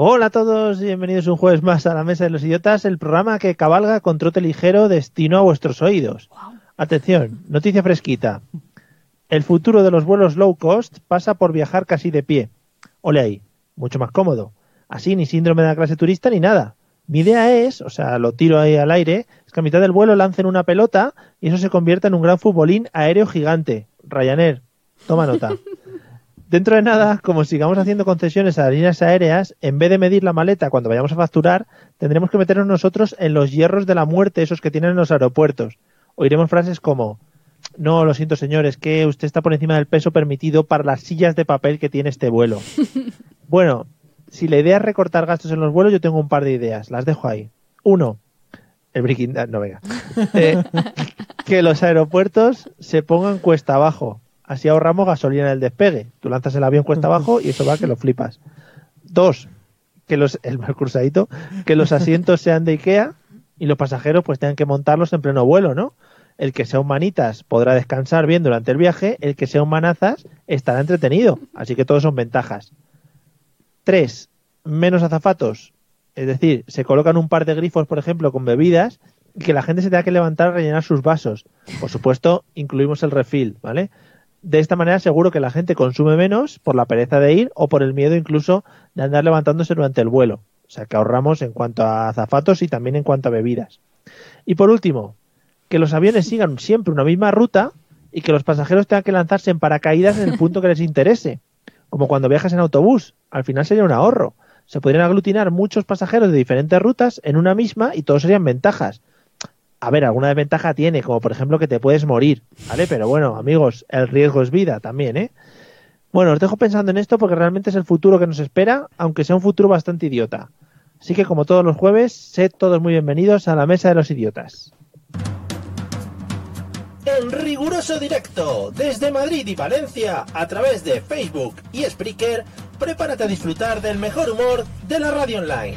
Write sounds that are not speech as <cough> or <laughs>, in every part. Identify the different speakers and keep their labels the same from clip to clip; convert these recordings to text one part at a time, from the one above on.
Speaker 1: Hola a todos y bienvenidos un jueves más a la Mesa de los Idiotas, el programa que cabalga con trote ligero destino a vuestros oídos. Atención, noticia fresquita. El futuro de los vuelos low cost pasa por viajar casi de pie. Ole ahí, mucho más cómodo. Así ni síndrome de la clase turista ni nada. Mi idea es, o sea, lo tiro ahí al aire, es que a mitad del vuelo lancen una pelota y eso se convierta en un gran futbolín aéreo gigante. Ryanair, toma nota. Dentro de nada, como sigamos haciendo concesiones a las líneas aéreas, en vez de medir la maleta cuando vayamos a facturar, tendremos que meternos nosotros en los hierros de la muerte, esos que tienen en los aeropuertos. Oiremos frases como, no, lo siento señores, que usted está por encima del peso permitido para las sillas de papel que tiene este vuelo. bueno, si la idea es recortar gastos en los vuelos, yo tengo un par de ideas, las dejo ahí. Uno, el Breaking Bad, no venga. Eh, que los aeropuertos se pongan cuesta abajo. Así ahorramos gasolina en el despegue. Tú lanzas el avión cuesta abajo y eso va que lo flipas. Dos, que los, el mal cruzadito, que los asientos sean de Ikea y los pasajeros pues tengan que montarlos en pleno vuelo, ¿no? El que sea un manitas podrá descansar bien durante el viaje, el que sea un manazas estará entretenido. Así que todos son ventajas. Tres, menos azafatos. Es decir, se colocan un par de grifos, por ejemplo, con bebidas y que la gente se tenga que levantar a rellenar sus vasos. Por supuesto, incluimos el refill, ¿vale? De esta manera seguro que la gente consume menos por la pereza de ir o por el miedo incluso de andar levantándose durante el vuelo. O sea, que ahorramos en cuanto a azafatos y también en cuanto a bebidas. Y por último, que los aviones sigan siempre una misma ruta y que los pasajeros tengan que lanzarse en paracaídas en el punto que les interese. Como cuando viajas en autobús, al final sería un ahorro. Se podrían aglutinar muchos pasajeros de diferentes rutas en una misma y todos serían ventajas. A ver, alguna desventaja tiene, como por ejemplo que te puedes morir, ¿vale? Pero bueno, amigos, el riesgo es vida también, ¿eh? Bueno, os dejo pensando en esto porque realmente es el futuro que nos espera, aunque sea un futuro bastante idiota. Así que como todos los jueves, sed todos muy bienvenidos a la Mesa de los Idiotas.
Speaker 2: En riguroso directo, desde Madrid y Valencia, a través de Facebook y Spreaker, prepárate a disfrutar del mejor humor de la radio online.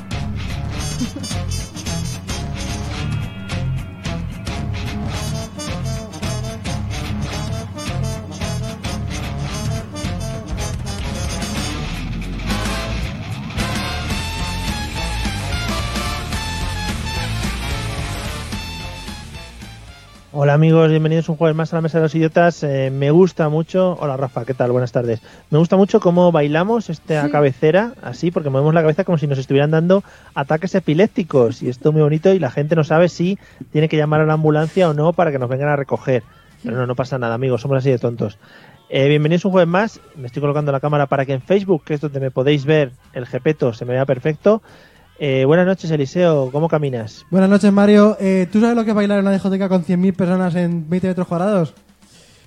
Speaker 1: Hola amigos, bienvenidos un jueves más a la Mesa de los Idiotas. Eh, me gusta mucho. Hola Rafa, ¿qué tal? Buenas tardes. Me gusta mucho cómo bailamos esta cabecera, así, porque movemos la cabeza como si nos estuvieran dando ataques epilépticos. Y esto es muy bonito y la gente no sabe si tiene que llamar a la ambulancia o no para que nos vengan a recoger. Pero no, no pasa nada, amigos, somos así de tontos. Eh, bienvenidos un jueves más. Me estoy colocando la cámara para que en Facebook, que es donde me podéis ver el jepeto, se me vea perfecto. Eh, buenas noches, Eliseo. ¿Cómo caminas?
Speaker 3: Buenas noches, Mario. Eh, ¿Tú sabes lo que es bailar en una discoteca con 100.000 personas en 20 metros cuadrados?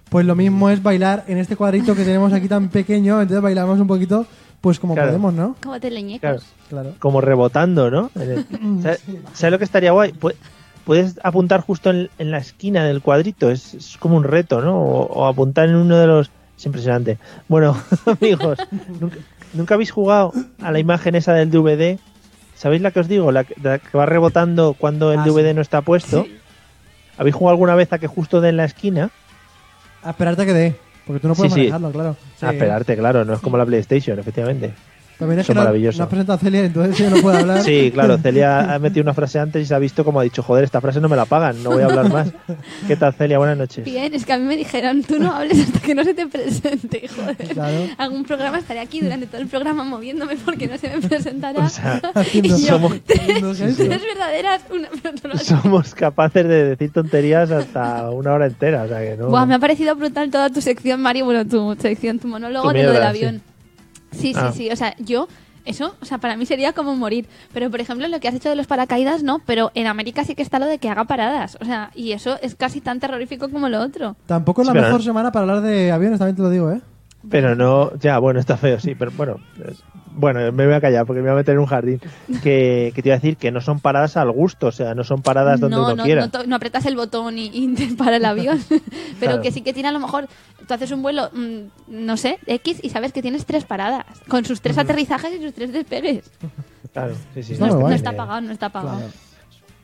Speaker 3: Pues lo mismo es bailar en este cuadrito que tenemos aquí tan pequeño, entonces bailamos un poquito, pues como
Speaker 1: Claro.
Speaker 3: podemos, ¿no?
Speaker 4: Como te leñecas.
Speaker 1: Claro.
Speaker 3: Claro.
Speaker 1: como rebotando, ¿no? En
Speaker 3: <laughs> Mm,
Speaker 1: el- ¿Sabes, sabes lo que estaría guay? Pu- Puedes apuntar justo en, en la esquina del cuadrito, es, es como un reto, ¿no? O, o apuntar en uno de los... Es impresionante. Bueno, <laughs> amigos, ¿nunca, nunca habéis jugado a la imagen esa del DVD? ¿Sabéis la que os digo? La, que- la que va rebotando cuando el
Speaker 3: Ah,
Speaker 1: DVD no está puesto. ¿Habéis jugado alguna vez a que justo de en la esquina?
Speaker 3: A esperarte a que dé, porque tú no puedes
Speaker 1: Sí, sí.
Speaker 3: manejarlo, claro.
Speaker 1: A
Speaker 3: Sí.
Speaker 1: esperarte, claro, no es como la PlayStation, efectivamente.
Speaker 3: También es
Speaker 1: Eso
Speaker 3: que no,
Speaker 1: maravilloso.
Speaker 3: no has presentado a Celia, entonces ella no puede hablar.
Speaker 1: Sí, claro, Celia ha metido una frase antes y se ha visto como ha dicho, joder, esta frase no me la pagan, no voy a hablar más. ¿Qué tal, Celia? Buenas noches.
Speaker 4: Bien, es que a mí me dijeron, tú no hables hasta que no se te presente, <laughs> joder.
Speaker 3: Claro.
Speaker 4: Algún programa estaré aquí durante todo el programa moviéndome porque no se me presentará.
Speaker 1: O sea,
Speaker 4: <laughs> y
Speaker 3: haciendo-
Speaker 4: yo,
Speaker 1: Pues somos-
Speaker 3: haciendo
Speaker 4: tres,
Speaker 3: gestos.
Speaker 4: tres verdaderas, una pero no lo sé.
Speaker 1: Somos capaces de decir tonterías hasta una hora entera, o sea que no...
Speaker 4: Buah, me ha parecido brutal toda tu sección, Mario, bueno, tu sección, tu monólogo
Speaker 1: Tu
Speaker 4: de lo del
Speaker 1: mierda,
Speaker 4: avión. Sí, sí,
Speaker 1: Ah.
Speaker 4: sí, o sea, yo Eso, o sea, para mí sería como morir. Pero, por ejemplo, lo que has hecho de los paracaídas, no. Pero en América sí que está lo de que haga paradas. O sea, y eso es casi tan terrorífico como lo otro.
Speaker 3: Tampoco es la
Speaker 1: Sí, ¿verdad?
Speaker 3: mejor semana para hablar de aviones, también te lo digo, ¿eh?
Speaker 1: Pero no, ya, bueno, está feo, sí, pero bueno. es- Bueno, me voy a callar porque me voy a meter en un jardín. Que, que te iba a decir que no son paradas al gusto, o sea, no son paradas donde
Speaker 4: no,
Speaker 1: uno
Speaker 4: no,
Speaker 1: quiera.
Speaker 4: no to- no apretas el botón y, y te para el avión. <laughs> Pero
Speaker 1: Claro.
Speaker 4: que sí que tiene a lo mejor, tú haces un vuelo, mm, no sé, X y sabes que tienes tres paradas, con sus tres aterrizajes y sus tres despegues.
Speaker 1: Claro, sí, sí.
Speaker 3: Está
Speaker 4: No,
Speaker 3: muy
Speaker 4: no
Speaker 3: guay.
Speaker 4: está pagado, no está pagado.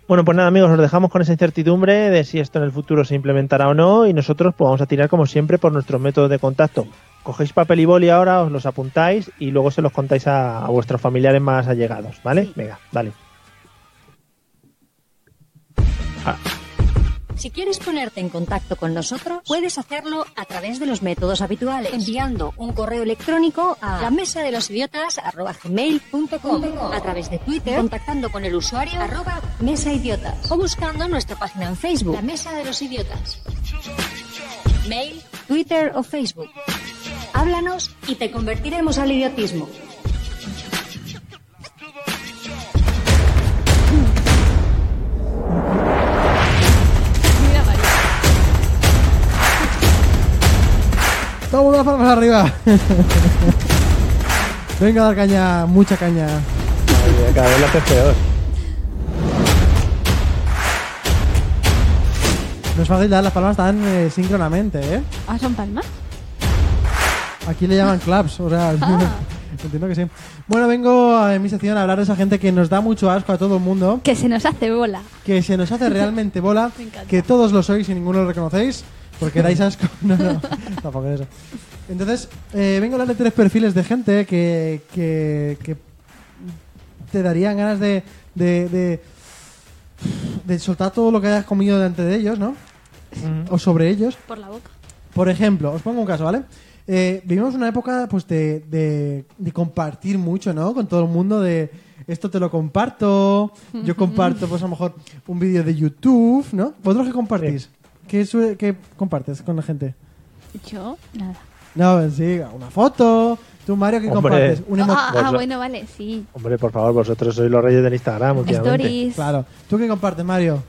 Speaker 1: Bueno, pues nada, amigos, nos dejamos con esa incertidumbre de si esto en el futuro se implementará o no y nosotros pues vamos a tirar como siempre por nuestros métodos de contacto. Cogéis papel y boli ahora, os los apuntáis y luego se los contáis a, a vuestros familiares más allegados, ¿vale? Venga, dale.
Speaker 5: Si quieres ponerte en contacto con nosotros, puedes hacerlo a través de los métodos habituales, enviando un correo electrónico a la mesa de los idiotas a través de Twitter, contactando con el usuario arroba mesa idiotas o buscando nuestra página en Facebook, la mesa de los idiotas. Mail, Twitter o Facebook. Háblanos y te convertiremos al idiotismo.
Speaker 4: Mira, María.
Speaker 3: Todo el mundo las palmas arriba. <laughs> Venga a dar caña, mucha caña.
Speaker 1: Cada vez lo haces peor.
Speaker 3: No es fácil dar las palmas tan eh, síncronamente, ¿eh?
Speaker 4: Ah, son palmas.
Speaker 3: Aquí le llaman claps, o
Speaker 4: <laughs>
Speaker 3: sea, entiendo que sí. Bueno, vengo a en mi sección a hablar de esa gente que nos da mucho asco a todo el mundo,
Speaker 4: Que se nos hace bola.
Speaker 3: que se nos hace
Speaker 4: <laughs>
Speaker 3: realmente bola,
Speaker 4: Me encanta.
Speaker 3: que todos lo sois y ninguno lo reconocéis, porque dais asco. <laughs> No, no, tampoco es eso. Entonces, eh, vengo a hablar de tres perfiles de gente que, que, que te darían ganas de, de, de, de soltar todo lo que hayas comido delante de ellos, ¿no? O sobre ellos.
Speaker 4: Por la boca.
Speaker 3: Por ejemplo, os pongo un caso, ¿vale? Eh, vivimos una época pues de, de- de compartir mucho, ¿no? Con todo el mundo de esto te lo comparto, yo comparto pues a lo mejor un vídeo de YouTube, ¿no? ¿Vosotros qué compartís? ¿Qué, sue- qué compartes con la gente?
Speaker 4: Yo, nada.
Speaker 3: No, sí, una foto. Tú, Mario, ¿qué
Speaker 1: Hombre.
Speaker 3: compartes? Un Pues emo-
Speaker 4: Ah, ah,
Speaker 1: Vos-
Speaker 4: bueno, vale, sí.
Speaker 1: Hombre, por favor, vosotros sois los reyes del Instagram últimamente.
Speaker 4: Stories.
Speaker 3: Claro. ¿Tú qué compartes, Mario?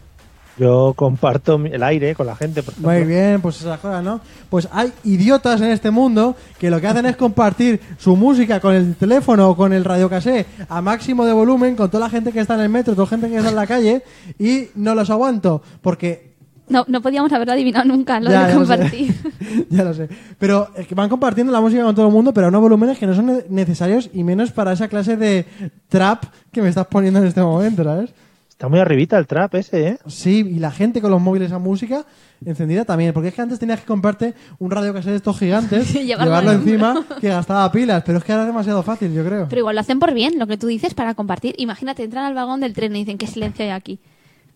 Speaker 1: Yo comparto mi- el aire con la gente, por ejemplo.
Speaker 3: Muy bien, pues esas cosas, ¿no? Pues hay idiotas en este mundo que lo que hacen es compartir su música con el teléfono o con el radiocasé a máximo de volumen con toda la gente que está en el metro, toda la gente que está en la calle y no los aguanto porque...
Speaker 4: No, no podíamos haberlo adivinado nunca lo de
Speaker 3: lo sé.
Speaker 4: compartir.
Speaker 3: <laughs>
Speaker 4: <laughs>
Speaker 3: ya lo sé. Pero es que van compartiendo la música con todo el mundo, pero a unos volúmenes que no son ne- necesarios y menos para esa clase de trap que me estás poniendo en este momento, ¿sabes?
Speaker 1: Está muy arribita el trap ese, ¿eh?
Speaker 3: Sí, y la gente con los móviles a música encendida también, porque es que antes tenías que comprarte un radio de estos gigantes,
Speaker 4: <laughs> Y llevarlo
Speaker 3: llevarlo
Speaker 4: al hombro.
Speaker 3: encima, que gastaba pilas, pero es que ahora es demasiado fácil, yo creo.
Speaker 4: Pero igual lo hacen por bien, lo que tú dices, para compartir. Imagínate, entran al vagón del tren y dicen, qué silencio hay aquí.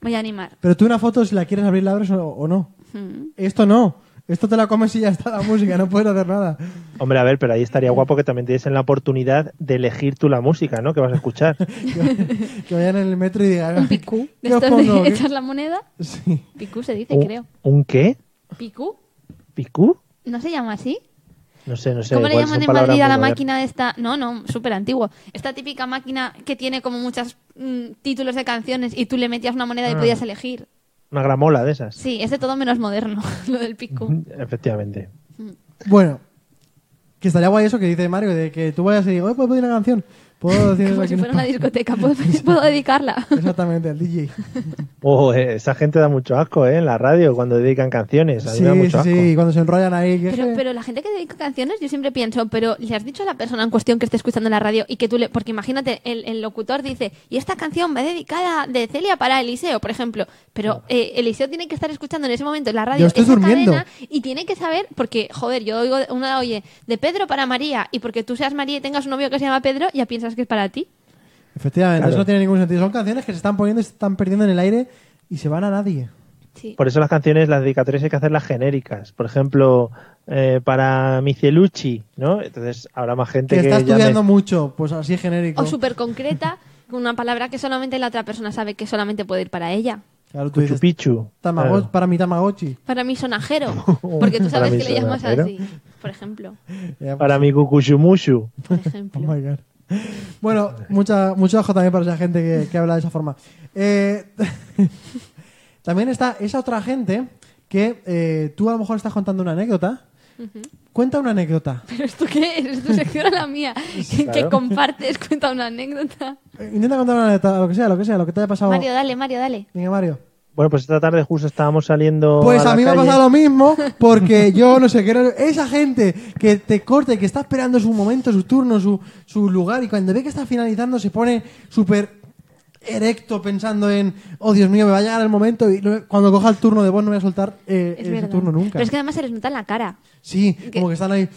Speaker 4: Voy a animar.
Speaker 3: Pero tú una foto, si la quieres abrir, la abres o, o no.
Speaker 4: Mm.
Speaker 3: Esto no. Esto te la comes y ya está la música, no puedes hacer nada.
Speaker 1: Hombre, a ver, pero ahí estaría guapo que también te diesen la oportunidad de elegir tú la música, ¿no? Que vas a escuchar.
Speaker 3: Que vayan en el metro y digan...
Speaker 4: Un <laughs> picú.
Speaker 3: ¿qué
Speaker 4: De
Speaker 3: os
Speaker 4: estos de
Speaker 3: pongo? ¿eh? ¿Qué-
Speaker 4: echas la moneda.
Speaker 3: Sí.
Speaker 4: Picú se dice,
Speaker 1: ¿Un,
Speaker 4: creo.
Speaker 1: ¿un qué?
Speaker 4: ¿Picú?
Speaker 1: ¿Picú?
Speaker 4: ¿No se llama así?
Speaker 1: No sé, no sé.
Speaker 4: ¿Cómo le
Speaker 1: igual son
Speaker 4: llaman en
Speaker 1: palabras
Speaker 4: Madrid a
Speaker 1: muy
Speaker 4: la
Speaker 1: modernas.
Speaker 4: máquina de esta? No, no, súper antiguo. Esta típica máquina que tiene como muchos títulos de canciones y tú le metías una moneda y
Speaker 1: Ah.
Speaker 4: podías elegir.
Speaker 1: Una gramola de esas.
Speaker 4: Sí, es de todo menos moderno, <laughs> lo del picú.
Speaker 1: Efectivamente.
Speaker 3: Bueno, que estaría guay eso que dice Mario, de que tú vayas y digas, "Oye, ¿puedo pedir una canción?
Speaker 4: <laughs>
Speaker 3: ¿Puedo decir
Speaker 4: Como
Speaker 3: aquí
Speaker 4: si
Speaker 3: en
Speaker 4: fuera una
Speaker 3: España?"
Speaker 4: discoteca, ¿puedo, <laughs> puedo dedicarla?
Speaker 3: <laughs> Exactamente, al DJ.
Speaker 1: Oh, eh, esa gente da mucho asco, ¿eh? En la radio, cuando dedican canciones. A mí
Speaker 3: Sí,
Speaker 1: me da
Speaker 3: sí,
Speaker 1: mucho asco.
Speaker 3: sí, cuando se enrollan ahí. que es <laughs>
Speaker 4: Pero,
Speaker 3: que-
Speaker 4: pero la gente que dedica canciones, yo siempre pienso, pero le has dicho a la persona en cuestión que esté escuchando la radio y que tú le. Porque imagínate, el, el locutor dice, y esta canción va dedicada de Celia para Eliseo, por ejemplo. Pero eh, Eliseo tiene que estar escuchando en ese momento en la radio
Speaker 3: Yo estoy
Speaker 4: esa
Speaker 3: durmiendo.
Speaker 4: cadena y tiene que saber, porque, joder, yo oigo una, oye, de Pedro para María, y porque tú seas María y tengas un novio que se llama Pedro, ya piensas que es para ti.
Speaker 3: Efectivamente,
Speaker 1: Claro.
Speaker 3: eso no tiene ningún sentido. Son canciones que se están poniendo y se están perdiendo en el aire y se van a nadie.
Speaker 4: Sí.
Speaker 1: Por eso las canciones, las dedicatorias hay que hacerlas genéricas. Por ejemplo, eh, para Michelucci, ¿no? Entonces habrá más gente
Speaker 3: Que
Speaker 1: que,
Speaker 3: está
Speaker 1: llame-
Speaker 3: estudiando mucho, pues así genérico.
Speaker 4: O súper concreta, con una palabra que solamente la otra persona sabe que solamente puede ir para ella.
Speaker 3: Claro, tú dices,
Speaker 1: Cuchupichu.
Speaker 3: "Tamago-
Speaker 1: Claro.
Speaker 3: para mi Tamagotchi.
Speaker 4: Para
Speaker 3: <laughs>
Speaker 4: mi sonajero. Porque tú
Speaker 1: Para
Speaker 4: sabes
Speaker 1: mi
Speaker 4: que le llamas
Speaker 1: sonajero.
Speaker 4: así. Por ejemplo.
Speaker 3: Ya,
Speaker 1: Para mi cucuchumushu.
Speaker 4: Por
Speaker 3: Oh
Speaker 4: ejemplo.
Speaker 3: my God. Bueno, mucha, mucho ojo también para esa gente que, que habla de esa forma. Eh, <laughs> también está esa otra gente que eh, tú a lo mejor estás contando una anécdota. Cuenta una anécdota.
Speaker 4: ¿Pero esto qué es? ¿Es tu sección o la mía? Que, que
Speaker 1: Claro.
Speaker 4: compartes, cuenta una anécdota.
Speaker 3: Eh, Intenta contar una anécdota, lo que sea, lo que sea, lo que te haya pasado.
Speaker 4: Mario, dale, Mario, dale.
Speaker 3: Venga, Mario.
Speaker 1: Bueno, pues esta tarde justo estábamos saliendo.
Speaker 3: Pues
Speaker 1: la
Speaker 3: a mí me ha
Speaker 1: calle.
Speaker 3: pasado lo
Speaker 4: <laughs>
Speaker 3: mismo, porque yo no sé qué. era- Esa gente que te corta y que está esperando su momento, su turno, su, su lugar, y cuando ve que está finalizando se pone súper erecto pensando en, oh Dios mío, me va a llegar el momento, y no- cuando coja el turno de vos no me voy a soltar eh,
Speaker 4: Es
Speaker 3: ese
Speaker 4: verdad.
Speaker 3: turno nunca.
Speaker 4: Pero es que además se les nota en la cara.
Speaker 3: Sí, como que están ahí,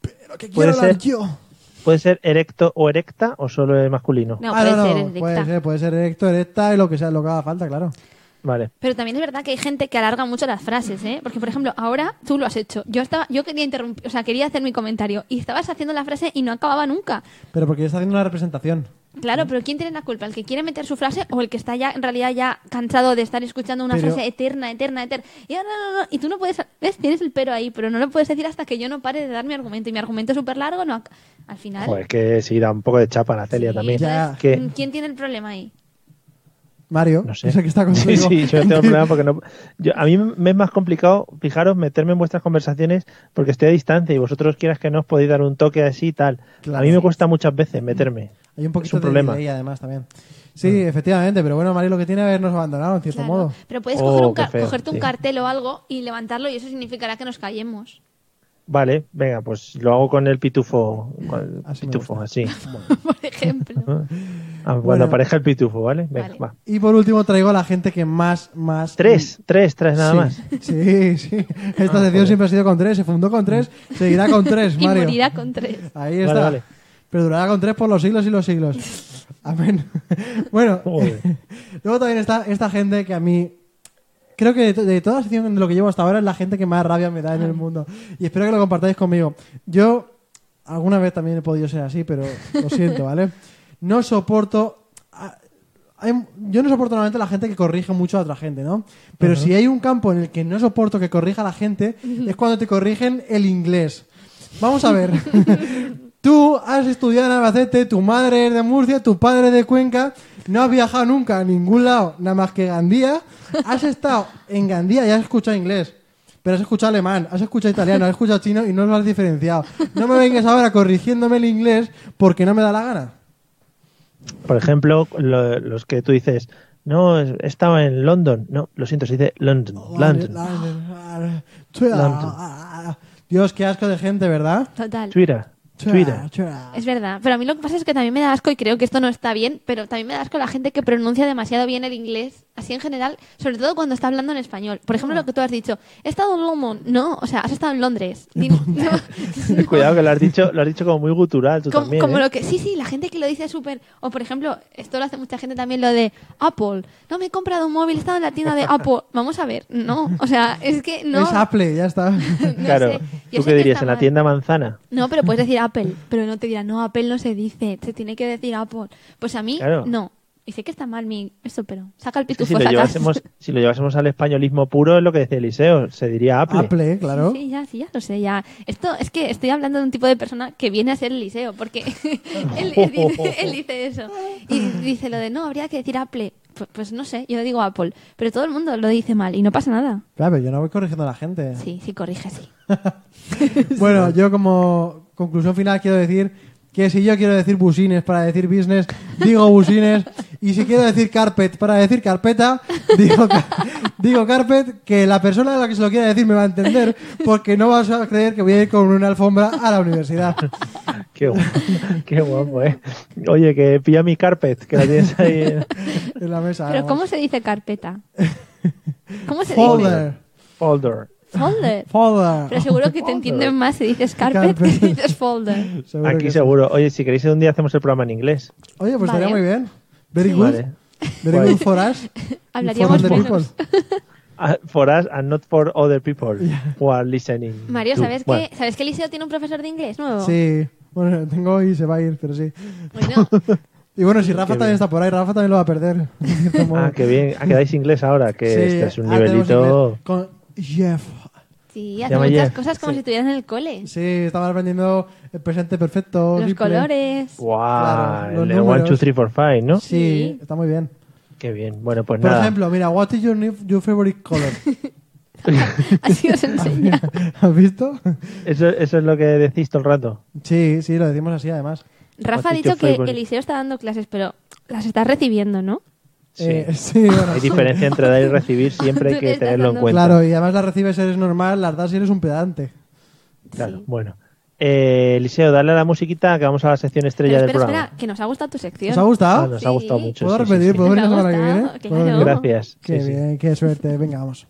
Speaker 3: pero que
Speaker 1: Puede
Speaker 3: quiero hablar
Speaker 1: ser.
Speaker 3: yo.
Speaker 1: ¿Puede ser erecto o erecta o solo el masculino?
Speaker 4: No,
Speaker 3: Ah,
Speaker 4: puede
Speaker 3: no,
Speaker 4: ser,
Speaker 3: no,
Speaker 4: es
Speaker 3: puede
Speaker 4: dicta.
Speaker 3: ser, puede ser erecto, erecta y lo que sea, lo que haga falta, claro.
Speaker 1: Vale.
Speaker 4: Pero también es verdad que hay gente que alarga mucho las frases, ¿eh? Porque, por ejemplo, ahora tú lo has hecho. Yo estaba, yo quería interrumpir, o sea, quería hacer mi comentario y estabas haciendo la frase y no acababa nunca.
Speaker 3: Pero porque está haciendo una representación.
Speaker 4: Claro, pero ¿quién tiene la culpa? ¿El que quiere meter su frase o el que está ya, en realidad, ya cansado de estar escuchando una
Speaker 3: Pero-
Speaker 4: frase eterna, eterna, eterna? Y, ahora, no, no, no, y tú no puedes, ¿ves? Tienes el pero ahí, pero no lo puedes decir hasta que yo no pare de dar mi argumento. Y mi argumento súper largo, no, ac- al final.
Speaker 1: Joder, Pues que sí, da un poco de chapa la Celia
Speaker 4: Sí,
Speaker 1: también.
Speaker 4: entonces, mm,
Speaker 3: Ya.
Speaker 1: Que,
Speaker 4: ¿Quién tiene el problema ahí?
Speaker 3: Mario,
Speaker 1: no sé.
Speaker 3: es el que
Speaker 1: <laughs>
Speaker 3: está contigo.
Speaker 1: sí, sí,
Speaker 3: <laughs>
Speaker 1: yo no tengo problema porque no. yo- a mí me es más complicado, fijaros, meterme en vuestras conversaciones porque estoy a distancia y vosotros quieras que no os podéis dar un toque así y tal.
Speaker 3: Claro.
Speaker 1: a mí me cuesta muchas veces meterme.
Speaker 3: Hay un poquito
Speaker 1: Es un
Speaker 3: de
Speaker 1: problema.
Speaker 3: delay, además también. Sí, efectivamente, pero bueno, Mario lo que tiene es habernos abandonado en cierto
Speaker 4: Claro,
Speaker 3: modo.
Speaker 4: Pero puedes
Speaker 1: Oh,
Speaker 4: coger un
Speaker 1: qué
Speaker 4: ca-
Speaker 1: feo,
Speaker 4: cogerte un
Speaker 1: sí.
Speaker 4: cartel o algo y levantarlo y eso significará que nos callemos. <laughs>
Speaker 1: Vale, venga, pues lo hago con el pitufo. con el
Speaker 3: Así me
Speaker 1: pitufo,
Speaker 3: gusta. <laughs>
Speaker 1: así.
Speaker 4: Por ejemplo.
Speaker 1: Ah,
Speaker 3: Bueno.
Speaker 1: Cuando aparezca el pitufo, ¿vale? Venga,
Speaker 4: Vale.
Speaker 1: va.
Speaker 3: Y por último traigo a la gente que más, más...
Speaker 1: Tres, tres, tres nada
Speaker 3: Mm. Sí,
Speaker 1: más.
Speaker 3: <laughs>
Speaker 1: Ah,
Speaker 3: Sí, sí. Esta sección siempre ha sido con tres, se fundó con tres, seguirá con
Speaker 4: <laughs>
Speaker 3: tres,
Speaker 4: Y
Speaker 3: Mario.
Speaker 4: morirá con tres.
Speaker 3: Ahí está.
Speaker 1: Vale, vale.
Speaker 3: Perdurará con tres por los siglos y los siglos. Amén. <laughs> bueno,
Speaker 1: Joder.
Speaker 3: <laughs> luego también está esta gente que a mí... Creo que de, to- de toda la sección de lo que llevo hasta ahora es la gente que más rabia me da en el mundo. Y espero que lo compartáis conmigo. Yo alguna vez también he podido ser así, pero lo siento, ¿vale? No soporto... a- hay- yo no soporto normalmente la gente que corrige mucho a otra gente, ¿no? Pero si hay un campo en el que no soporto que corrija a la gente, es cuando te corrigen el inglés. Vamos a ver. Tú has estudiado en Albacete, tu madre es de Murcia, tu padre es de Cuenca, no has viajado nunca a ningún lado, nada más que Gandía. Has estado en Gandía y has escuchado inglés, pero has escuchado alemán, has escuchado italiano, has escuchado chino y no lo has diferenciado. No me vengas ahora corrigiéndome el inglés porque no me da la gana.
Speaker 1: Por ejemplo, lo- los que tú dices, no, es- estaba en London. No, lo siento, se dice London.
Speaker 3: Oh,
Speaker 1: London.
Speaker 3: London. Dios, qué asco de gente, ¿verdad?
Speaker 4: Total.
Speaker 1: Twitter. Twitter.
Speaker 4: Es verdad, pero a mí lo que pasa es que también me da asco y creo que esto no está bien, pero también me da asco la gente que pronuncia demasiado bien el inglés, así en general, sobre todo cuando está hablando en español. Por ejemplo, lo
Speaker 1: Ah.
Speaker 4: que tú has dicho, he estado en London, no, o sea, has estado en
Speaker 1: <laughs>
Speaker 4: Londres. Di- no.
Speaker 1: Cuidado que lo has dicho, lo has dicho como muy gutural tú
Speaker 4: como,
Speaker 1: también.
Speaker 4: como
Speaker 1: ¿eh?
Speaker 4: lo que sí sí la gente que lo dice súper o por ejemplo esto lo hace mucha gente también lo de Apple no me he comprado un móvil he estado en la tienda de
Speaker 1: <laughs>
Speaker 4: Apple vamos a ver no o sea es que no
Speaker 3: Es Apple, ya está.
Speaker 4: <laughs> no
Speaker 1: claro.
Speaker 4: sé. Yo
Speaker 1: ¿Tú qué
Speaker 4: sé que
Speaker 1: dirías?
Speaker 4: está
Speaker 1: ¿En la
Speaker 4: mal.
Speaker 1: tienda manzana?
Speaker 4: no pero
Speaker 1: <laughs>
Speaker 4: puedes decir Apple pero no te dirá no Apple no se dice se tiene que decir Apple pues a mí
Speaker 1: Claro.
Speaker 4: no y sé que está mal mi esto pero saca el
Speaker 1: Es que
Speaker 4: pitufo
Speaker 1: si, lo
Speaker 4: saca-
Speaker 1: llevásemos, si lo llevásemos al españolismo puro, es lo que decía Eliseo, se diría <laughs> Apple.
Speaker 3: Apple, claro.
Speaker 4: Sí, sí, ya, sí, ya lo sé, ya. Esto es que estoy hablando de un tipo de persona que viene a ser el liceo, porque <laughs> él, él dice, él dice eso. Y dice lo de, no, habría que decir Apple. Pues, pues no sé, yo digo Apple, pero todo el mundo lo dice mal y no pasa nada.
Speaker 3: Claro, pero yo no voy corrigiendo a la gente.
Speaker 4: Sí, sí, corrige, sí.
Speaker 3: Bueno, yo como conclusión final quiero decir que si yo quiero decir busines para decir business, digo
Speaker 1: <laughs>
Speaker 3: busines. Y si quiero decir carpet para decir carpeta, digo, ca- <laughs> digo carpet, que la persona a la que se lo quiera decir me va a entender, porque no vas a creer que voy a ir con una alfombra a la universidad.
Speaker 1: <laughs> Qué, guapo, qué guapo, ¿eh? Oye, que pilla mi carpet, que la tienes ahí.
Speaker 3: <laughs>
Speaker 1: en-
Speaker 3: En la mesa.
Speaker 4: Pero
Speaker 3: vamos.
Speaker 4: ¿cómo se dice carpeta? ¿Cómo se dice?
Speaker 3: Folder.
Speaker 1: Folder.
Speaker 4: Folder.
Speaker 1: <laughs>
Speaker 3: Folder.
Speaker 4: Pero seguro que te entienden más si dices carpet que
Speaker 3: Carpet.
Speaker 4: si dices folder.
Speaker 3: Seguro
Speaker 1: Aquí
Speaker 3: que-
Speaker 1: seguro. Oye, si queréis un día hacemos el programa en inglés.
Speaker 3: Oye, pues estaría
Speaker 4: Vale.
Speaker 3: muy bien. Very good.
Speaker 1: Vale.
Speaker 3: Very good for
Speaker 4: <laughs>
Speaker 3: us.
Speaker 4: Hablaríamos
Speaker 3: For the
Speaker 4: menos.
Speaker 3: people.
Speaker 1: Ah, For us and not for other people who are listening.
Speaker 4: Mario,
Speaker 1: to-
Speaker 4: ¿sabes
Speaker 1: Bueno,
Speaker 4: que, ¿sabes que Eliseo tiene un profesor de inglés nuevo?
Speaker 3: Sí. Bueno, tengo y se va a ir, pero sí.
Speaker 4: Bueno,
Speaker 3: Y bueno, si Rafa
Speaker 1: Ah, Qué
Speaker 3: también
Speaker 1: bien.
Speaker 3: está por ahí, Rafa también lo va
Speaker 1: <laughs>
Speaker 3: a perder. de cierto modo.
Speaker 1: Ah, qué bien. Ah, quedáis inglés ahora, que
Speaker 3: Sí,
Speaker 1: este es un
Speaker 3: ah, tenemos
Speaker 1: nivelito.
Speaker 3: inglés Con Jeff.
Speaker 4: Sí,
Speaker 1: Ya
Speaker 4: hace
Speaker 1: me
Speaker 4: muchas
Speaker 1: llevo.
Speaker 4: cosas como si estuvieran en el cole.
Speaker 3: Sí, estaban aprendiendo el presente perfecto.
Speaker 4: Los
Speaker 3: simple.
Speaker 4: colores.
Speaker 1: Wow,
Speaker 3: Claro, los
Speaker 1: el de 1,
Speaker 3: números.
Speaker 1: 2, 3, 4, 5, ¿no?
Speaker 3: Sí,
Speaker 4: Sí.
Speaker 3: está muy bien.
Speaker 1: Qué bien. Bueno, pues
Speaker 3: Por
Speaker 1: nada.
Speaker 3: ejemplo, mira, what is your, new- your favorite
Speaker 4: <laughs>
Speaker 3: color? <laughs>
Speaker 4: Así os enseña.
Speaker 3: ¿Has visto?
Speaker 1: Eso, eso es lo que decís todo el rato.
Speaker 3: Sí, sí, lo decimos así además.
Speaker 4: Rafa ha
Speaker 1: Patito
Speaker 4: dicho que
Speaker 1: Flavor.
Speaker 4: Eliseo está dando clases, pero las estás recibiendo, ¿no?
Speaker 1: Sí.
Speaker 3: Eh, <laughs> sí, bueno,
Speaker 1: Hay
Speaker 3: sí.
Speaker 1: diferencia entre dar y <laughs> recibir, siempre hay
Speaker 4: Tú
Speaker 1: que
Speaker 4: estás
Speaker 1: tenerlo en
Speaker 4: dando-
Speaker 1: cuenta.
Speaker 3: Claro, y además las recibes si eres normal, las das si eres un pedante.
Speaker 1: Claro,
Speaker 4: Sí.
Speaker 1: bueno. Eh, Eliseo, dale a la musiquita que vamos a la sección estrella
Speaker 4: Pero
Speaker 1: del
Speaker 4: espera,
Speaker 1: programa.
Speaker 4: espera, que nos ha gustado tu sección.
Speaker 3: ¿Os ha gustado?
Speaker 1: Ah, nos ha gustado
Speaker 4: Sí.
Speaker 1: mucho.
Speaker 3: ¿Puedo
Speaker 1: sí, sí,
Speaker 3: repetir?
Speaker 1: sí.
Speaker 3: ¿Puedo
Speaker 4: Me
Speaker 3: venir la
Speaker 4: ha
Speaker 3: semana que viene?
Speaker 4: gustado,
Speaker 3: ¿Puedo
Speaker 4: claro.
Speaker 3: venir?
Speaker 1: Gracias.
Speaker 3: Qué
Speaker 1: Sí, sí.
Speaker 3: bien, qué suerte. Venga, vamos.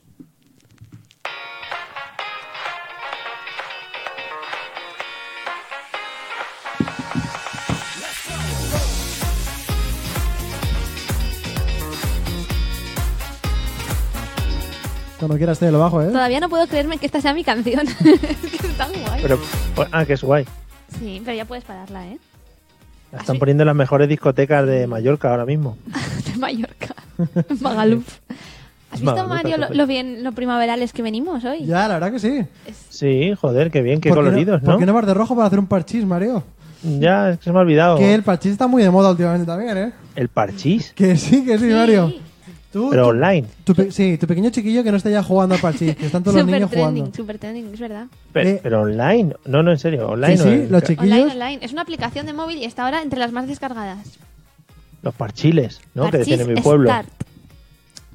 Speaker 3: Cuando quieras te lo bajo, ¿eh?
Speaker 4: Todavía no puedo creerme que esta sea mi canción. <laughs> es que es tan guay.
Speaker 1: Pero, ah, que es guay.
Speaker 4: Sí, pero ya puedes pararla, ¿eh? <laughs>
Speaker 1: La Están poniendo en las mejores discotecas de Mallorca ahora mismo.
Speaker 4: De Mallorca. Magaluf. ¿Has visto,
Speaker 1: Magaluf,
Speaker 4: Mario, lo,
Speaker 1: perfecto.
Speaker 4: lo bien, lo primaverales que venimos hoy?
Speaker 3: Ya, la verdad que sí.
Speaker 1: Sí, joder, qué bien, qué
Speaker 3: ¿Por
Speaker 1: coloridos,
Speaker 3: no, ¿Por
Speaker 1: ¿no?
Speaker 3: qué no vas de rojo para hacer un parchís, Mario?
Speaker 1: Ya, es que se me ha olvidado.
Speaker 3: Que el parchís está muy de moda últimamente también, ¿eh?
Speaker 1: El parchís,
Speaker 3: Que sí, que sí, Mario. Tú,
Speaker 1: pero
Speaker 3: tú-
Speaker 1: online.
Speaker 3: Tu pe- sí, tu pequeño chiquillo que no está ya jugando al parchís, que están todos los
Speaker 4: Super
Speaker 3: niños jugando.
Speaker 4: trending, super trending, es verdad.
Speaker 1: Pero,
Speaker 3: Eh.
Speaker 1: pero online. No, no, en serio, online.
Speaker 3: Sí,
Speaker 1: o
Speaker 3: sí,
Speaker 1: en-
Speaker 3: los
Speaker 4: Online,
Speaker 3: chiquillos.
Speaker 4: online. Es una aplicación de móvil y está ahora entre las más descargadas.
Speaker 1: los parchiles, ¿no? que
Speaker 4: Parchís
Speaker 1: tiene mi pueblo.
Speaker 4: Start.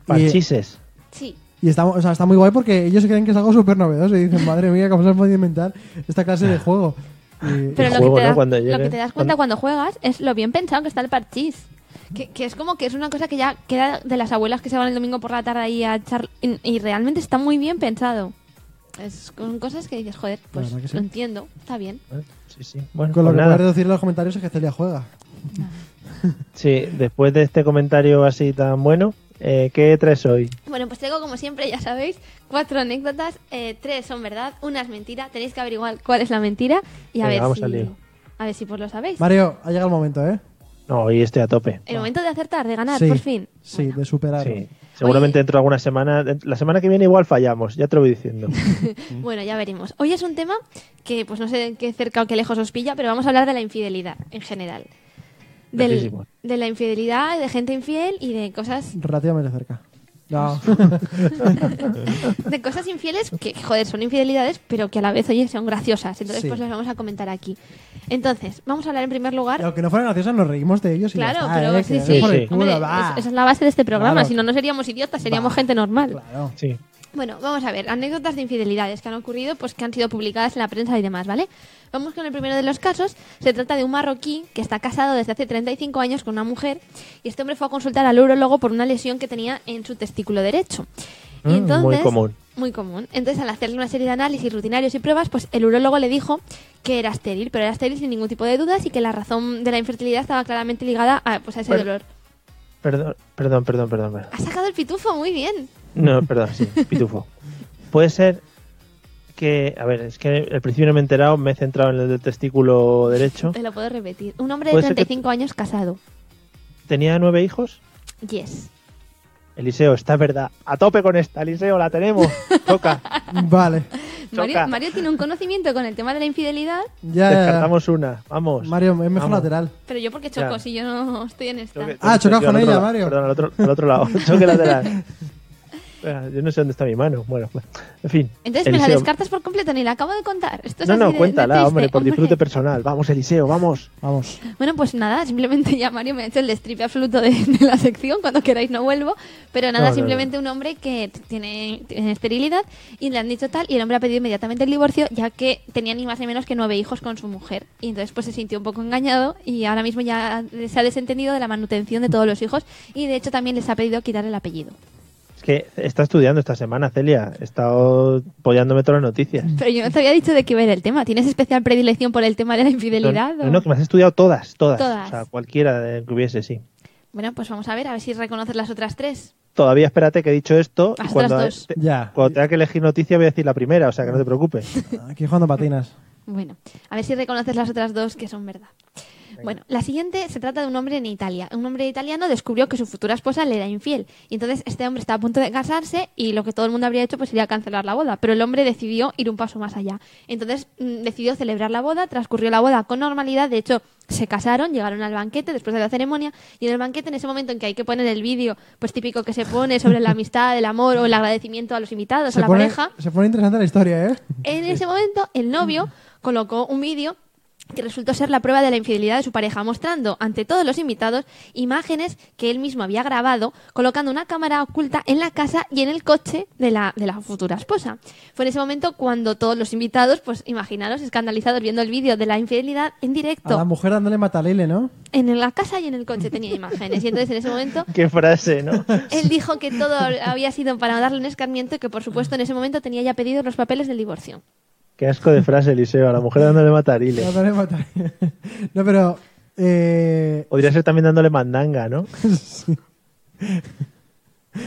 Speaker 1: Parchises.
Speaker 4: Sí.
Speaker 3: Y estamos, o sea, está muy guay porque ellos creen que es algo súper novedoso y dicen, madre mía, ¿cómo se han podido inventar esta
Speaker 1: <laughs>
Speaker 3: clase de juego? Y-
Speaker 4: Pero lo,
Speaker 1: juego,
Speaker 4: que te
Speaker 1: ¿no?
Speaker 4: das-
Speaker 1: Cuando
Speaker 4: lo
Speaker 1: llegue.
Speaker 4: que te das cuenta cuando juegas es lo bien pensado que está el parchís. Que, que es como que es una cosa que ya queda de las abuelas que se van el domingo por la tarde ahí a echar... Y, y realmente está muy bien pensado. Es con cosas que dices, joder, pues
Speaker 3: verdad que sí.
Speaker 4: lo entiendo, está bien.
Speaker 1: Eh, Sí, sí. Bueno,
Speaker 3: con lo
Speaker 1: pues
Speaker 3: que
Speaker 1: nada.
Speaker 3: puedes decir en los comentarios es que Celia juega.
Speaker 1: Sí, después de este comentario así tan bueno, eh, ¿qué traes hoy?
Speaker 4: Bueno, pues tengo como siempre, ya sabéis, cuatro anécdotas, eh, tres son verdad, una es mentira, tenéis que averiguar cuál es la mentira y a
Speaker 1: Venga,
Speaker 4: ver
Speaker 1: vamos
Speaker 4: si...
Speaker 1: al lío.
Speaker 4: A ver si pues lo sabéis.
Speaker 3: Mario, ha llegado el momento, ¿eh?
Speaker 1: No, hoy estoy a tope.
Speaker 4: el momento de acertar, de ganar,
Speaker 3: sí,
Speaker 4: por fin.
Speaker 3: Sí, de superarlo.
Speaker 1: Sí. Seguramente dentro de alguna semana, dent- la semana que viene igual fallamos, ya te lo voy diciendo.
Speaker 4: Bueno, ya veremos. Hoy es un tema que, pues no sé de qué cerca o qué lejos os pilla, pero vamos a hablar de la infidelidad en general. Del-
Speaker 1: Lejísimos.
Speaker 4: de la infidelidad, de gente infiel y de cosas,
Speaker 3: Relativamente cerca.
Speaker 1: <laughs>
Speaker 3: No.
Speaker 4: de cosas infieles que, joder, son infidelidades, pero que a la vez, oye, son graciosas. Entonces,
Speaker 3: Sí.
Speaker 4: pues las vamos a comentar aquí. Entonces, vamos a hablar en primer
Speaker 3: Y
Speaker 4: lugar.
Speaker 3: aunque no fueran graciosas, nos reímos de ellos y ya
Speaker 4: Claro,
Speaker 3: está,
Speaker 4: pero
Speaker 3: ¿eh? Que
Speaker 4: sí,
Speaker 3: den
Speaker 4: sí.
Speaker 3: por el
Speaker 1: Sí.
Speaker 3: culo,
Speaker 4: Hombre,
Speaker 3: va.
Speaker 4: es- esa es la base de este programa,
Speaker 3: Claro.
Speaker 4: si no, no seríamos idiotas, seríamos gente normal.
Speaker 3: Claro.
Speaker 1: Sí.
Speaker 4: Bueno, vamos a ver, anécdotas de infidelidades que han ocurrido, pues que han sido publicadas en la prensa y demás, ¿vale? Vamos con el primero de los casos. Se trata de un marroquí que está casado desde hace 35 años con una mujer y este hombre fue a consultar al urologo por una lesión que tenía en su testículo derecho. Y
Speaker 1: Mm,
Speaker 4: entonces,
Speaker 1: muy común.
Speaker 4: Muy común. Entonces, al hacerle una serie de análisis rutinarios y pruebas, pues el urólogo le dijo que era estéril, pero era estéril sin ningún tipo de dudas y que la razón de la infertilidad estaba claramente ligada a, pues, a ese
Speaker 1: Pero-
Speaker 4: dolor.
Speaker 1: Perdón, perdón, perdón, perdón. perdón.
Speaker 4: Ha sacado el pitufo, muy bien.
Speaker 1: No, perdón, sí, pitufo. Puede ser que, a ver, es que al principio no me he enterado, me he centrado en el del testículo derecho.
Speaker 4: Te lo puedo repetir. Un hombre de
Speaker 1: Puede ser que-
Speaker 4: 35 años casado.
Speaker 1: Tenía nueve hijos.
Speaker 4: Yes.
Speaker 1: Eliseo, está verdad. A tope con esta, Eliseo, la tenemos. Toca.
Speaker 3: Vale.
Speaker 4: Mario,
Speaker 1: Choca.
Speaker 4: Mario tiene un conocimiento con el tema de la infidelidad,
Speaker 3: Ya, ya, ya.
Speaker 1: Descartamos una. Vamos.
Speaker 3: Mario, es mejor
Speaker 1: Vamos.
Speaker 3: lateral.
Speaker 4: pero yo porque choco
Speaker 1: Claro.
Speaker 4: si yo no estoy en esta.
Speaker 1: Choque-
Speaker 3: Ah, chocas
Speaker 1: Yo al
Speaker 3: con
Speaker 1: otro
Speaker 3: ella,
Speaker 1: lado.
Speaker 3: Mario.
Speaker 1: Perdón, al otro, al otro
Speaker 3: <laughs>
Speaker 1: lado. Choque lateral. Espera, Yo no sé dónde está mi mano. Bueno, bueno. en fin.
Speaker 4: Entonces me la
Speaker 1: Eliseo.
Speaker 4: descartas por completo, ni la acabo de contar. Esto es
Speaker 1: No,
Speaker 4: así de-
Speaker 1: no,
Speaker 4: de
Speaker 1: cuéntala,
Speaker 4: triste,
Speaker 1: hombre, por disfrute personal. Vamos, Eliseo, vamos.
Speaker 3: Vamos.
Speaker 4: Bueno, pues nada, simplemente <laughs> ya Mario me ha hecho el destripe absoluto de, de la sección, cuando queráis no vuelvo, pero nada,
Speaker 1: No, no,
Speaker 4: simplemente un hombre que t- tiene, tiene esterilidad y le han dicho tal, y el hombre ha pedido inmediatamente el divorcio, ya que tenía ni más ni menos que nueve hijos con su mujer, y entonces pues se sintió un poco engañado y ahora mismo ya se ha desentendido de la manutención de todos los hijos, y de hecho también les ha pedido quitar el apellido.
Speaker 1: Es que está estudiando esta semana, Celia. He estado apoyándome todas las noticias.
Speaker 4: Pero yo no te había dicho de qué ver el tema. ¿Tienes especial predilección por el tema de la infidelidad?
Speaker 1: No,
Speaker 4: o-
Speaker 1: no, que me has estudiado todas, todas.
Speaker 4: Todas.
Speaker 1: O sea, cualquiera de- que hubiese, sí.
Speaker 4: Bueno, pues vamos a ver, a ver si reconoces las otras tres.
Speaker 1: Todavía espérate que he dicho esto. y
Speaker 4: Las
Speaker 1: cuando,
Speaker 4: otras dos.
Speaker 1: te-
Speaker 3: Ya.
Speaker 1: cuando tenga que elegir noticia voy a decir la primera, o sea que no te
Speaker 4: <laughs>
Speaker 1: preocupes.
Speaker 3: Aquí jugando a patinas.
Speaker 4: Bueno, a ver si reconoces las otras dos que son verdad. Bueno, la siguiente se trata de un hombre en Italia. Un hombre italiano descubrió que su futura esposa le era infiel. Y entonces este hombre estaba a punto de casarse y lo que todo el mundo habría hecho pues sería cancelar la boda. Pero el hombre decidió ir un paso más allá. Entonces mm, decidió celebrar la boda, transcurrió la boda con normalidad. De hecho, se casaron, llegaron al banquete después de la ceremonia y en el banquete en ese momento en que hay que poner el vídeo pues típico que se pone sobre la amistad, el amor o el agradecimiento a los invitados, a la
Speaker 3: pone,
Speaker 4: pareja.
Speaker 3: se pone interesante la historia, ¿eh?
Speaker 4: En ese momento, el novio
Speaker 1: Mm.
Speaker 4: colocó un vídeo que resultó ser la prueba de la infidelidad de su pareja, mostrando ante todos los invitados imágenes que él mismo había grabado, colocando una cámara oculta en la casa y en el coche de la, de la futura esposa. Fue en ese momento cuando todos los invitados, pues imaginaros, escandalizados viendo el vídeo de la infidelidad en
Speaker 3: A la
Speaker 4: directo,
Speaker 3: mujer dándole matalele, ¿no?
Speaker 4: en la casa y en el coche tenía imágenes. Y entonces en ese momento
Speaker 1: Qué frase, ¿no?
Speaker 4: él dijo que todo había sido para darle un escarmiento y que por supuesto en ese momento tenía ya pedidos los papeles del divorcio. <laughs>
Speaker 1: Qué asco de frase, Eliseo. A la mujer dándole matarile.
Speaker 3: Dándole matalele. <laughs> No, pero... eh,
Speaker 1: Podría ser también dándole mandanga, <laughs> ¿no?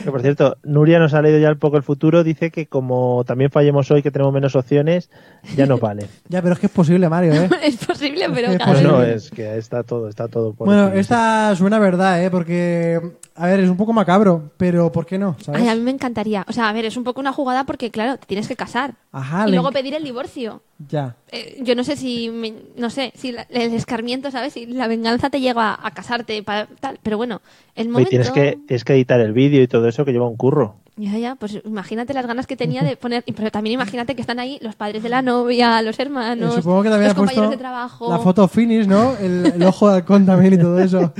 Speaker 1: Que, por cierto, Nuria nos ha leído ya un poco el futuro. Dice que como también fallemos hoy, que tenemos menos opciones, ya no <laughs> vale.
Speaker 3: ya, pero es que es posible, Mario, ¿eh?
Speaker 4: es posible,
Speaker 1: <laughs>
Speaker 4: pero
Speaker 3: Pues
Speaker 4: cada
Speaker 1: Pues
Speaker 4: vez
Speaker 1: no, es que está todo, está todo <laughs> por
Speaker 3: Bueno,
Speaker 1: definirse.
Speaker 3: esta suena a verdad, ¿eh? Porque, a ver, es un poco macabro, pero ¿por qué no? ¿Sabes?
Speaker 4: Ay, a mí me encantaría. O sea, a ver, es un poco una jugada porque, claro, te tienes que casar.
Speaker 3: Ajá,
Speaker 4: y
Speaker 3: Ah, le
Speaker 4: luego
Speaker 3: enc-
Speaker 4: pedir el divorcio.
Speaker 3: Ya.
Speaker 4: Eh, yo no sé si, me- no sé, si la- el escarmiento, ¿sabes? Si la venganza te lleva a casarte para tal. Pero bueno, el
Speaker 1: Oye,
Speaker 4: momento...
Speaker 1: tienes que, tienes que editar el vídeo y todo eso que lleva un curro.
Speaker 4: Ya, ya, pues imagínate las ganas que tenía
Speaker 3: <laughs>
Speaker 4: de poner... y- Pero también imagínate que están ahí los padres de la novia, los
Speaker 3: Eh,
Speaker 4: hermanos,
Speaker 3: supongo que también
Speaker 4: los
Speaker 3: ha puesto
Speaker 4: compañeros de trabajo...
Speaker 3: la foto finish, ¿no? El, el ojo de halcón también y todo
Speaker 4: <laughs>
Speaker 3: eso.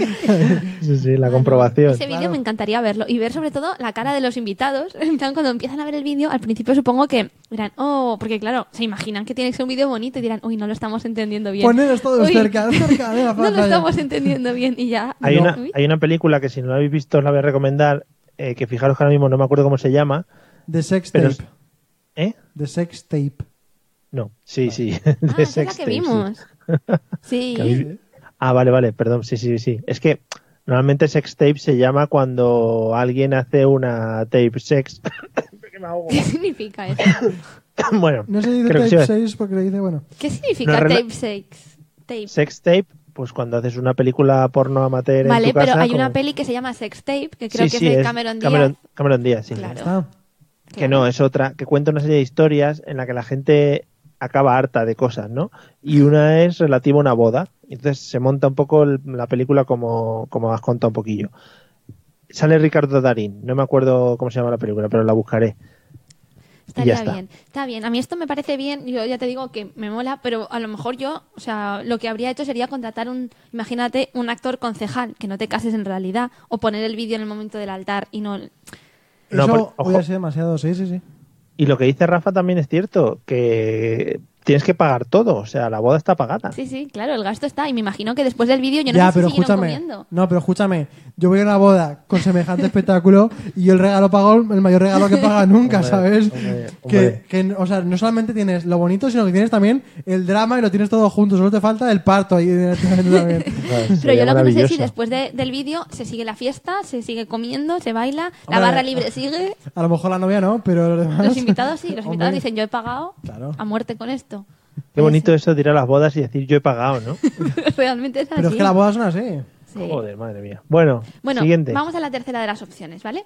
Speaker 1: Sí, sí, la
Speaker 4: Ah, no.
Speaker 1: comprobación.
Speaker 4: Ese vídeo
Speaker 3: claro.
Speaker 4: me encantaría verlo y ver sobre todo la cara de los invitados. <laughs> En plan, cuando empiezan a ver el vídeo, al principio supongo que dirán, oh, porque claro, se imaginan que tiene que ser un vídeo bonito y dirán, uy, no lo estamos entendiendo bien.
Speaker 3: Poneros todos
Speaker 4: Uy,
Speaker 3: cerca, cerca de la
Speaker 4: <laughs> no lo
Speaker 3: pantalla.
Speaker 4: estamos entendiendo bien y ya.
Speaker 1: Hay,
Speaker 4: no.
Speaker 1: una,
Speaker 4: Uy,
Speaker 1: hay una película que si no la habéis visto os la voy a recomendar, eh, que fijaros que ahora mismo no me acuerdo cómo se llama.
Speaker 3: The sex
Speaker 1: Pero
Speaker 3: tape.
Speaker 1: es- ¿Eh?
Speaker 3: The sex tape.
Speaker 1: No, sí, sí. <laughs>
Speaker 4: ah,
Speaker 1: de
Speaker 4: esa es la
Speaker 1: sex tape, sí.
Speaker 4: que
Speaker 1: <laughs>
Speaker 4: vimos. Sí.
Speaker 1: Que habéis- Ah, vale, vale, perdón, sí, sí, sí. Es que normalmente sex tape se llama cuando alguien hace una tape sex.
Speaker 4: <laughs>
Speaker 1: <coughs>
Speaker 4: ¿Qué significa eso?
Speaker 1: bueno,
Speaker 3: No se dice
Speaker 1: creo que sí ¿eh?
Speaker 3: tape
Speaker 1: es.
Speaker 3: 6 porque le dice, bueno,
Speaker 4: ¿Qué significa
Speaker 1: No, rela-
Speaker 4: tape sex? Tape.
Speaker 1: Sex tape, pues cuando haces una película porno amateur en
Speaker 4: Vale,
Speaker 1: tu casa.
Speaker 4: pero hay una
Speaker 1: como-
Speaker 4: peli que se llama sex tape, que
Speaker 1: Sí,
Speaker 4: creo que
Speaker 1: sí,
Speaker 4: es de
Speaker 1: es
Speaker 4: Cameron Díaz.
Speaker 1: Cameron, Cameron Díaz, sí.
Speaker 4: Claro.
Speaker 3: está.
Speaker 1: Que no, es otra, que cuenta una serie de historias en la que la gente acaba harta de cosas, ¿no? Y una es relativa a una boda. Entonces se monta un poco el- la película como, como has contado un poquillo. Sale Ricardo Darín, no me acuerdo cómo se llama la película, pero la buscaré. Y
Speaker 4: Estaría
Speaker 1: ya está.
Speaker 4: bien, está bien. A mí esto me parece bien, yo ya te digo que me mola, pero a lo mejor yo, o sea, lo que habría hecho sería contratar un, imagínate, un actor concejal, que no te cases en realidad, o poner el vídeo en el momento del altar y no...
Speaker 1: No,
Speaker 3: eso
Speaker 1: por- ojo.
Speaker 3: hubiera sido demasiado, sí, sí, sí.
Speaker 1: Y lo que dice Rafa también es cierto, que tienes que pagar todo, o sea, la boda está pagada.
Speaker 4: Sí, sí, claro, el gasto está, y me imagino que después del vídeo yo no
Speaker 3: ya,
Speaker 4: sé si
Speaker 3: pero
Speaker 4: siguieron
Speaker 3: escúchame.
Speaker 4: comiendo.
Speaker 3: No, pero escúchame. Yo voy a una boda con semejante <laughs> espectáculo y yo el regalo pago el mayor regalo que paga nunca,
Speaker 1: Hombre,
Speaker 3: ¿sabes?
Speaker 1: hombre,
Speaker 3: que,
Speaker 1: hombre.
Speaker 3: que, o sea, no solamente tienes lo bonito, sino que tienes también el drama y lo tienes todo junto. Solo te falta el parto ahí directamente
Speaker 1: <laughs>
Speaker 3: también.
Speaker 4: Pero yo lo que no sé es si
Speaker 1: Maravilloso.
Speaker 4: después de- del vídeo se sigue la fiesta, se sigue comiendo, se baila, la
Speaker 3: Hombre, <laughs>
Speaker 4: barra libre sigue,
Speaker 3: A lo mejor la novia no, pero los demás.
Speaker 4: los invitados sí, los
Speaker 3: Hombre,
Speaker 4: invitados dicen yo he pagado
Speaker 3: Claro.
Speaker 4: a muerte con esto. <laughs>
Speaker 1: Qué bonito eso de ir a las bodas y decir yo he pagado, ¿no?
Speaker 4: Realmente es así.
Speaker 3: <laughs> Pero es que las bodas son así.
Speaker 4: Sí.
Speaker 1: Joder, madre mía. Bueno,
Speaker 4: Bueno,
Speaker 1: siguiente.
Speaker 4: vamos a la tercera de las opciones, ¿vale?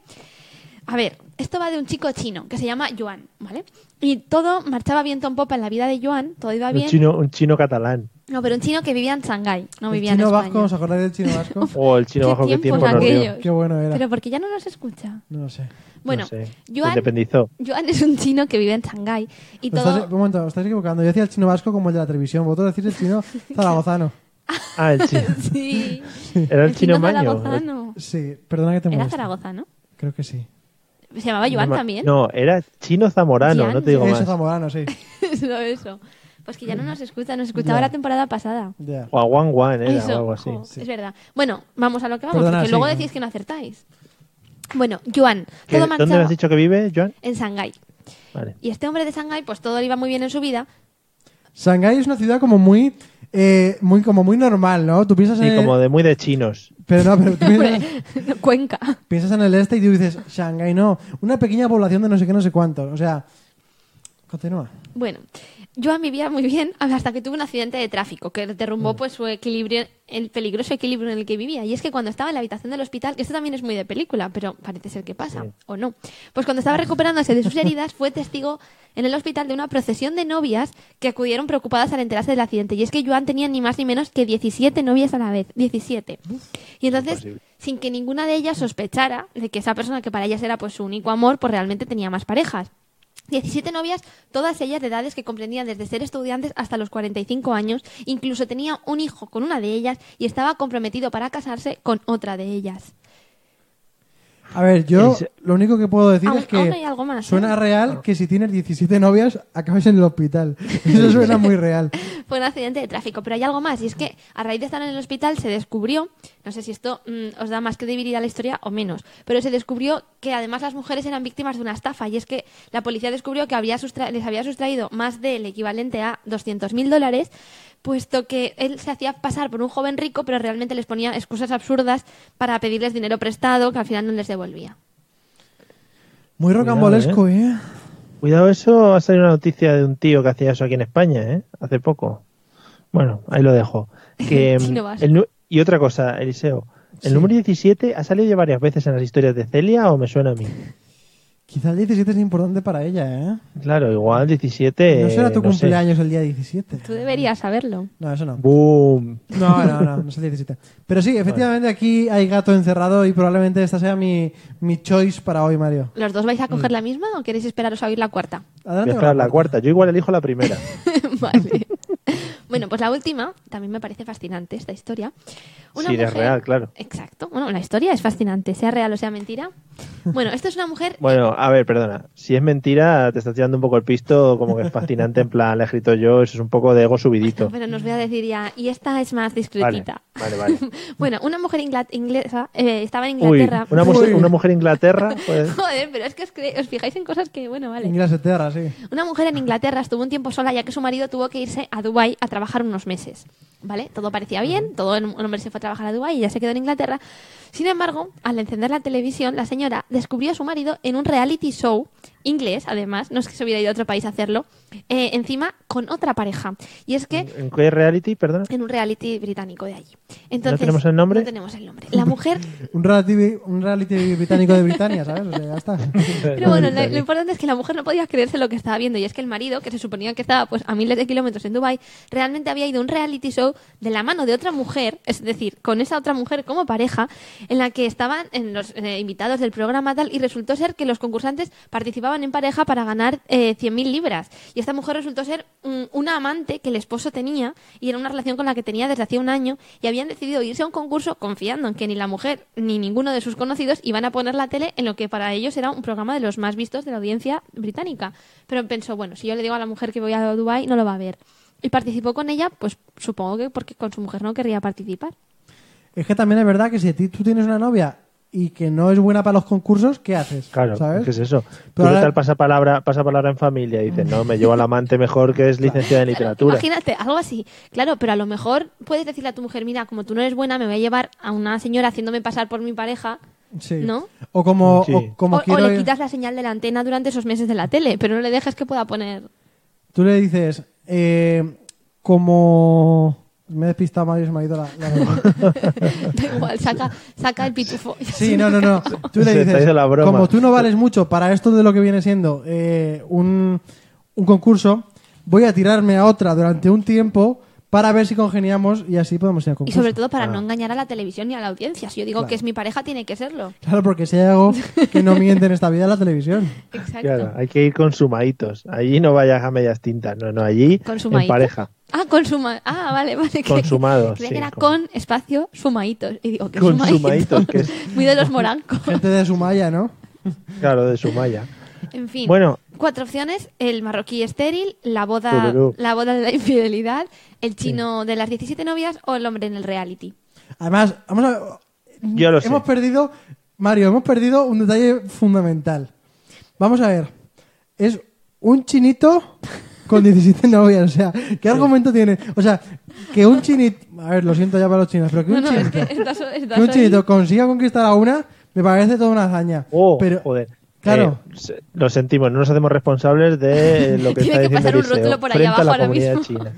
Speaker 4: A ver, esto va de un chico chino que se llama Yuan, ¿vale? Y todo marchaba bien en popa en la vida de Yuan, todo iba
Speaker 1: Un
Speaker 4: bien.
Speaker 1: chino, un chino catalán.
Speaker 4: No, pero un chino que vivía en Shanghái, no
Speaker 3: el
Speaker 4: vivía
Speaker 3: chino
Speaker 4: en España.
Speaker 3: vasco, ¿os acordáis del chino vasco?
Speaker 1: O el chino
Speaker 4: ¿Qué
Speaker 1: bajo que
Speaker 4: tiempos
Speaker 1: tiempo nos dio.
Speaker 4: aquellos?
Speaker 3: <laughs> Qué bueno era.
Speaker 4: Pero porque ya no nos escucha.
Speaker 3: No lo sé.
Speaker 4: Bueno,
Speaker 1: no sé, pues se
Speaker 4: Yuan,
Speaker 1: independizó.
Speaker 4: Yuan es un chino que vive en Shanghái y
Speaker 1: Pues
Speaker 3: Os estás-
Speaker 4: todo
Speaker 3: un momento, os estáis equivocando. Yo decía el chino vasco como el de la televisión. Vosotros decís el
Speaker 4: <laughs>
Speaker 3: chino zaragozano.
Speaker 1: Ah, el chino.
Speaker 4: <laughs> sí.
Speaker 1: Era <laughs> el, chino, maño. pues.
Speaker 4: zaragozano.
Speaker 3: Sí, perdona que te
Speaker 4: Era
Speaker 3: moleste.
Speaker 4: zaragozano.
Speaker 3: Creo que sí.
Speaker 4: Se llamaba Yuan
Speaker 1: Ma-
Speaker 4: también. <laughs>
Speaker 1: No, era chino zamorano,
Speaker 4: Yan,
Speaker 1: no te digo
Speaker 3: Eso
Speaker 1: más.
Speaker 3: zamorano, sí.
Speaker 4: eso, eso. Pues que ya no nos escucha, nos escuchaba
Speaker 3: Ya.
Speaker 4: la temporada pasada.
Speaker 1: <laughs>
Speaker 3: Ya.
Speaker 1: O a Wan Wan era
Speaker 4: Eso,
Speaker 1: o algo así.
Speaker 4: jo, Es verdad. Bueno, vamos a lo que vamos,
Speaker 3: Perdona,
Speaker 4: porque
Speaker 3: sí,
Speaker 4: luego
Speaker 3: ¿no?
Speaker 4: decís que no acertáis. Bueno, Yuan,
Speaker 1: ¿Qué-
Speaker 4: todo
Speaker 1: ¿Dónde me
Speaker 4: marchaba
Speaker 1: has dicho que vive, Joan?
Speaker 4: en Shanghái.
Speaker 1: Vale.
Speaker 4: Y este hombre de Shanghái, pues todo le iba muy bien en su vida.
Speaker 1: <laughs>
Speaker 4: <laughs>
Speaker 3: Shanghái es una ciudad como muy, eh, muy, como muy normal, ¿no? Tú piensas en
Speaker 1: Sí,
Speaker 3: el-
Speaker 1: como de muy de chinos.
Speaker 3: <laughs> Pero no, pero tú piensas,
Speaker 4: Cuenca.
Speaker 3: piensas en el este y tú dices, Shanghái no, una pequeña población de no sé qué, no sé cuántos. O sea, Continúa.
Speaker 4: Bueno, yo vivía muy bien <laughs> hasta que tuve un accidente de tráfico que derrumbó pues su equilibrio, el peligroso equilibrio en el que vivía. Y es que cuando estaba en la habitación del hospital, que esto también es muy de película, pero parece ser que pasa, o no. Pues cuando estaba recuperándose de sus heridas, fue testigo en el hospital de una procesión de novias que acudieron preocupadas al enterarse del accidente. Y es que Joan tenía ni más ni menos que 17 novias a la vez. 17. Y entonces, sin que ninguna de ellas sospechara de que esa persona que para ellas era pues su único amor, pues realmente tenía más parejas. 17 novias, todas ellas de edades que comprendían desde ser estudiantes hasta los 45 años, incluso tenía un hijo con una de ellas y estaba comprometido para casarse con otra de ellas.
Speaker 3: A ver, yo
Speaker 1: Es-
Speaker 3: lo único que puedo decir
Speaker 4: Aún-
Speaker 3: es que
Speaker 4: aún hay algo más, ¿eh?
Speaker 3: suena real que si tienes 17 novias acabes en el
Speaker 1: <laughs>
Speaker 3: hospital. Eso suena muy real.
Speaker 4: Fue un accidente de tráfico, pero hay algo más, y es que a raíz de estar en el hospital se descubrió, no sé si esto mm, os da más credibilidad a la historia o menos, pero se descubrió que además las mujeres eran víctimas de una estafa, y es que la policía descubrió que había sustra- les había sustraído más del equivalente a 200.000 dólares, puesto que él se hacía pasar por un joven rico, pero realmente les ponía excusas absurdas para pedirles dinero prestado que al final no les devolvía.
Speaker 3: Muy rocambolesco, ¿eh?
Speaker 1: Cuidado, eso ha salido una noticia de un tío que hacía eso aquí en España, ¿eh? Hace poco. Bueno, ahí lo dejo.
Speaker 4: <laughs>
Speaker 1: Que, mm,
Speaker 4: Chino vasco.
Speaker 1: el nu- y otra cosa, Eliseo. El
Speaker 3: Sí.
Speaker 1: número 17 ha salido ya varias veces en las historias de Celia o me suena a mí.
Speaker 3: Quizá el 17 es importante para ella, ¿eh?
Speaker 1: Claro, igual 17.
Speaker 3: no será tu
Speaker 1: Eh, sé.
Speaker 3: cumpleaños el día 17.
Speaker 4: Tú deberías saberlo.
Speaker 3: No, eso no.
Speaker 1: Boom.
Speaker 3: No, no, no, no es el 17. Pero sí, efectivamente aquí hay gato encerrado y probablemente esta sea mi, mi choice para hoy, Mario.
Speaker 4: ¿Los dos vais a coger la misma o queréis esperaros a oír la cuarta?
Speaker 1: Voy a
Speaker 3: Adelante.
Speaker 1: esperar
Speaker 3: con la
Speaker 1: la cuarta. Yo igual elijo la primera.
Speaker 3: <laughs>
Speaker 4: <laughs> vale. Bueno, pues la última, también me parece fascinante esta historia.
Speaker 1: Si eres real, claro.
Speaker 4: Exacto. Bueno, la historia es fascinante, sea real o sea mentira. Bueno, esto es una mujer. <laughs>
Speaker 1: Bueno, a ver, perdona. Si es mentira, te estás tirando un poco el pisto, como que es fascinante, en plan, la he escrito yo, eso es un poco de ego
Speaker 4: <laughs>
Speaker 1: subidito.
Speaker 4: Pero nos voy a decir ya, y esta es más
Speaker 1: Vale,
Speaker 4: discretita.
Speaker 1: vale, vale.
Speaker 4: Bueno, una mujer ingla- inglesa eh, estaba en
Speaker 1: <laughs> Uy,
Speaker 4: Inglaterra.
Speaker 1: una, mujer-
Speaker 4: <laughs>
Speaker 3: Uy.
Speaker 1: una mujer Inglaterra, pues,
Speaker 4: Joder, pero es que os, cre- os fijáis en cosas que, bueno, vale.
Speaker 3: Inglaterra, sí.
Speaker 4: Una mujer en Inglaterra estuvo un tiempo sola ya que su marido tuvo que irse a Dubái a trabajar unos meses. ¿Vale? Todo parecía bien, todo el el hombre se fue a trabajar a Dubái y ya se quedó en Inglaterra. Sin embargo, al encender la televisión, la señora descubrió a su marido en un reality show inglés, además, no es que se hubiera ido a otro país a hacerlo, eh, encima con otra pareja. Y es que
Speaker 1: ¿en qué reality, perdona?
Speaker 4: en un reality británico de allí. Entonces,
Speaker 1: tenemos el nombre?
Speaker 4: No tenemos el nombre. La mujer
Speaker 3: Un reality, un reality británico de Britania, ¿sabes? O sea,
Speaker 1: <laughs>
Speaker 3: ya está.
Speaker 4: Pero bueno, lo, lo importante es que la mujer no podía creerse lo que estaba viendo y es que el marido, que se suponía que estaba pues a miles de kilómetros en Dubai, realmente había ido a un reality show de la mano de otra mujer, es decir, con esa otra mujer como pareja, en la que estaban en los eh, invitados del programa tal y resultó ser que los concursantes participaban en pareja para ganar eh, 100.000 libras y esta mujer resultó ser mm, una amante que el esposo tenía y era una relación con la que tenía desde hacía un año y habían decidido irse a un concurso confiando en que ni la mujer ni ninguno de sus conocidos iban a poner la tele en lo que para ellos era un programa de los más vistos de la audiencia británica. Pero pensó, bueno, si yo le digo a la mujer que voy a Dubái, no lo va a ver. Y participó con ella, pues supongo que porque con su mujer no querría participar.
Speaker 3: Es que también es verdad que si a ti tú tienes una novia y que no es buena para los concursos, ¿qué haces?
Speaker 1: Claro,
Speaker 3: ¿sabes?
Speaker 1: ¿qué es eso? Tú
Speaker 3: Pero
Speaker 1: qué
Speaker 3: ahora-
Speaker 1: tal pasa palabra, pasa palabra en familia, dices, no, me llevo al amante mejor que es licenciada en
Speaker 4: Claro,
Speaker 1: literatura.
Speaker 4: Imagínate, algo así. Claro, pero a lo mejor puedes decirle a tu mujer, mira, como tú no eres buena, me voy a llevar a una señora haciéndome pasar por mi pareja.
Speaker 3: Sí.
Speaker 4: ¿No?
Speaker 3: O como,
Speaker 1: Sí.
Speaker 3: o
Speaker 4: O,
Speaker 3: como
Speaker 4: o
Speaker 3: quiero
Speaker 4: le
Speaker 3: ir-
Speaker 4: quitas la señal de la antena durante esos meses de la tele, pero no le dejes que pueda poner... <laughs>
Speaker 3: Tú le dices, eh, como... Me he despistado, Mario, se me ha ido la...
Speaker 1: <laughs>
Speaker 3: la-
Speaker 4: da igual, saca, saca el pitufo.
Speaker 3: Sí, no, no, no. Tú le
Speaker 1: Se te
Speaker 3: dices,
Speaker 1: hizo la broma.
Speaker 3: como tú no vales mucho para esto de lo que viene siendo eh, un, un concurso, voy a tirarme a otra durante un tiempo para ver si congeniamos y así podemos ir a
Speaker 4: Y
Speaker 3: concurso.
Speaker 4: sobre todo para no engañar a la televisión y a la audiencia. Si yo digo que es mi pareja, tiene que serlo.
Speaker 3: Claro, porque si hay algo que no miente en esta vida es la televisión.
Speaker 4: Exacto.
Speaker 1: Claro, hay que ir con sumaditos. Allí no vayas a medias tintas, no, no, allí
Speaker 4: Con
Speaker 1: en
Speaker 4: sumaditos.
Speaker 1: pareja.
Speaker 4: Ah, consuma... Ah, vale, vale.
Speaker 1: Consumados,
Speaker 4: Creía
Speaker 1: sí,
Speaker 4: que era
Speaker 1: con-
Speaker 4: con, espacio sumaitos. Y digo, ¿qué
Speaker 1: Con
Speaker 4: sumaitos?
Speaker 1: sumaitos, que es-
Speaker 4: <laughs> Muy de los
Speaker 1: <laughs>
Speaker 4: morancos.
Speaker 3: Gente de Sumaya, ¿no?
Speaker 1: Claro, de Sumaya.
Speaker 4: En fin,
Speaker 1: Bueno.
Speaker 4: cuatro opciones: el marroquí estéril, la boda,
Speaker 1: Tururú.
Speaker 4: la boda de la infidelidad, el chino de las 17 novias o el hombre en el reality.
Speaker 3: Además, vamos a...
Speaker 1: Yo lo sé.
Speaker 3: hemos perdido, Mario, hemos perdido un detalle fundamental. Vamos a ver. Es un chinito con 17 novias. O sea, ¿qué argumento tiene? O sea, que un chinito... A ver, lo siento ya para los chinos, pero que un
Speaker 4: No, no, es
Speaker 3: chinito,
Speaker 4: que estás- estás
Speaker 3: que un
Speaker 4: ahí.
Speaker 3: chinito consiga conquistar a una, me parece toda una hazaña.
Speaker 1: Oh,
Speaker 3: pero,
Speaker 1: joder.
Speaker 3: Claro.
Speaker 1: Eh, se- lo sentimos, no nos hacemos responsables de
Speaker 4: <laughs>
Speaker 1: eh, lo que
Speaker 4: Tiene
Speaker 1: está
Speaker 4: que
Speaker 1: diciendo
Speaker 4: pasar un
Speaker 1: Eliseo,
Speaker 4: rótulo por ahí
Speaker 1: frente a la
Speaker 4: abajo ahora
Speaker 1: comunidad
Speaker 4: mismo. <laughs>
Speaker 1: china.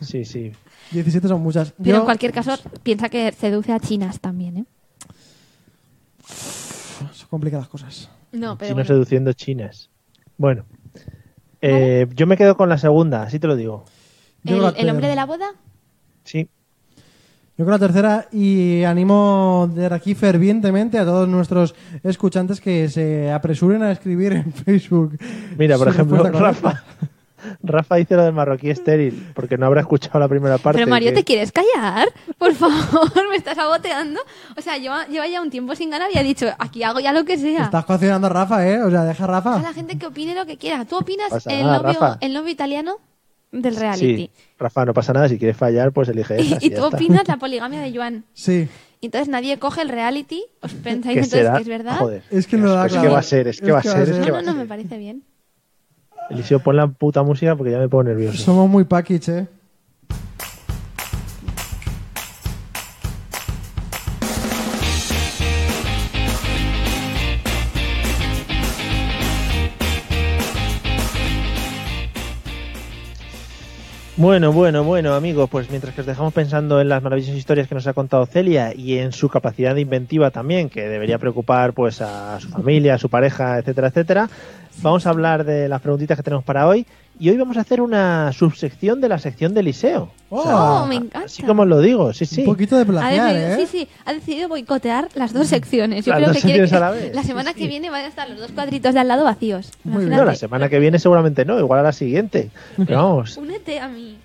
Speaker 1: Sí, sí.
Speaker 3: 17 son muchas.
Speaker 4: Pero
Speaker 3: Yo-
Speaker 4: en cualquier caso, piensa que seduce a chinas también, ¿eh?
Speaker 3: Eso complica las cosas.
Speaker 4: No, pero
Speaker 1: Chinos
Speaker 4: bueno.
Speaker 1: seduciendo chinas. Bueno, eh, yo me quedo con la segunda, así te lo digo.
Speaker 3: Yo creo
Speaker 4: ¿El,
Speaker 3: que
Speaker 4: el hombre
Speaker 3: tercera.
Speaker 4: de la boda?
Speaker 1: Sí,
Speaker 3: Yo creo la tercera y animo desde aquí fervientemente a todos nuestros escuchantes que se apresuren a escribir en Facebook.
Speaker 1: mira, por
Speaker 3: su
Speaker 1: ejemplo,
Speaker 3: respuesta correcta.
Speaker 1: Rafa. <laughs> Rafa dice lo del marroquí estéril, porque no habrá escuchado la primera parte.
Speaker 4: Pero Mario,
Speaker 1: que-
Speaker 4: ¿te quieres callar? Por favor, <laughs> me estás saboteando. O sea, lleva, lleva ya un tiempo sin ganar y ha dicho, aquí hago ya lo que sea.
Speaker 3: Estás coaccionando a Rafa, ¿eh? O sea, deja a
Speaker 4: A la
Speaker 3: Rafa.
Speaker 4: gente que opine lo que quiera. ¿Tú opinas
Speaker 1: Pasa
Speaker 4: el,
Speaker 1: nada,
Speaker 4: novio,
Speaker 1: Rafa.
Speaker 4: el novio italiano del
Speaker 1: Sí,
Speaker 4: reality?
Speaker 1: Rafa, no pasa nada, si quieres fallar, pues
Speaker 4: <laughs>
Speaker 1: elige esa.
Speaker 4: y, y tú
Speaker 1: <laughs>
Speaker 4: opinas la poligamia de Joan.
Speaker 3: Sí.
Speaker 4: Y Entonces nadie coge el reality, os pensáis
Speaker 1: que
Speaker 4: entonces que es verdad.
Speaker 1: Joder,
Speaker 3: Es que no lo da
Speaker 1: es que
Speaker 3: claro.
Speaker 1: va a ser, es que va a ser, es
Speaker 4: no,
Speaker 1: que
Speaker 4: no,
Speaker 1: va a
Speaker 4: no, me
Speaker 1: ser.
Speaker 4: parece bien.
Speaker 1: Eliseo, pon la puta música porque ya me pongo nervioso.
Speaker 3: Somos muy package, ¿eh?
Speaker 1: Bueno, bueno, bueno, amigos, pues mientras que os dejamos pensando en las maravillosas historias que nos ha contado Celia y en su capacidad inventiva también, que debería preocupar pues a su familia, a su pareja, etcétera, etcétera, vamos a hablar de las preguntitas que tenemos para hoy y hoy vamos a hacer una subsección de la sección de Liceo.
Speaker 3: Oh,
Speaker 4: me encanta.
Speaker 1: Así como os lo digo, sí, sí.
Speaker 3: Un poquito de
Speaker 4: Ha
Speaker 3: plagiar,
Speaker 4: decidido,
Speaker 3: ¿eh?
Speaker 4: sí, sí, ha decidido boicotear las dos secciones. Yo
Speaker 1: Las
Speaker 4: creo
Speaker 1: dos
Speaker 4: que quiere que-
Speaker 1: secciones a la vez, sí,
Speaker 4: semana que
Speaker 1: sí.
Speaker 4: viene van a estar los dos cuadritos de al lado vacíos.
Speaker 3: Muy bien.
Speaker 1: No, la
Speaker 4: Imagínate.
Speaker 1: semana que viene seguramente no, igual a la siguiente. Pero vamos,
Speaker 4: Únete a mí.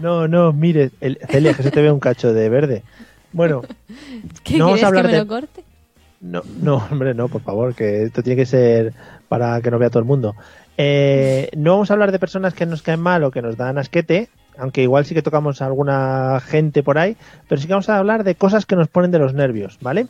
Speaker 1: no, no, mire, el- Celia, que se te ve un cacho de verde. Bueno,
Speaker 4: ¿Qué
Speaker 1: No vamos
Speaker 4: quieres
Speaker 1: a hablar
Speaker 4: que me
Speaker 1: de-
Speaker 4: lo corte?
Speaker 1: No, <laughs> no, hombre, no, por favor, que esto tiene que ser para que nos vea todo el mundo. Eh, no vamos a hablar de personas que nos caen mal o que nos dan asquete, aunque igual sí que tocamos a alguna gente por ahí, pero sí que vamos a hablar de cosas que nos ponen de los nervios, ¿vale?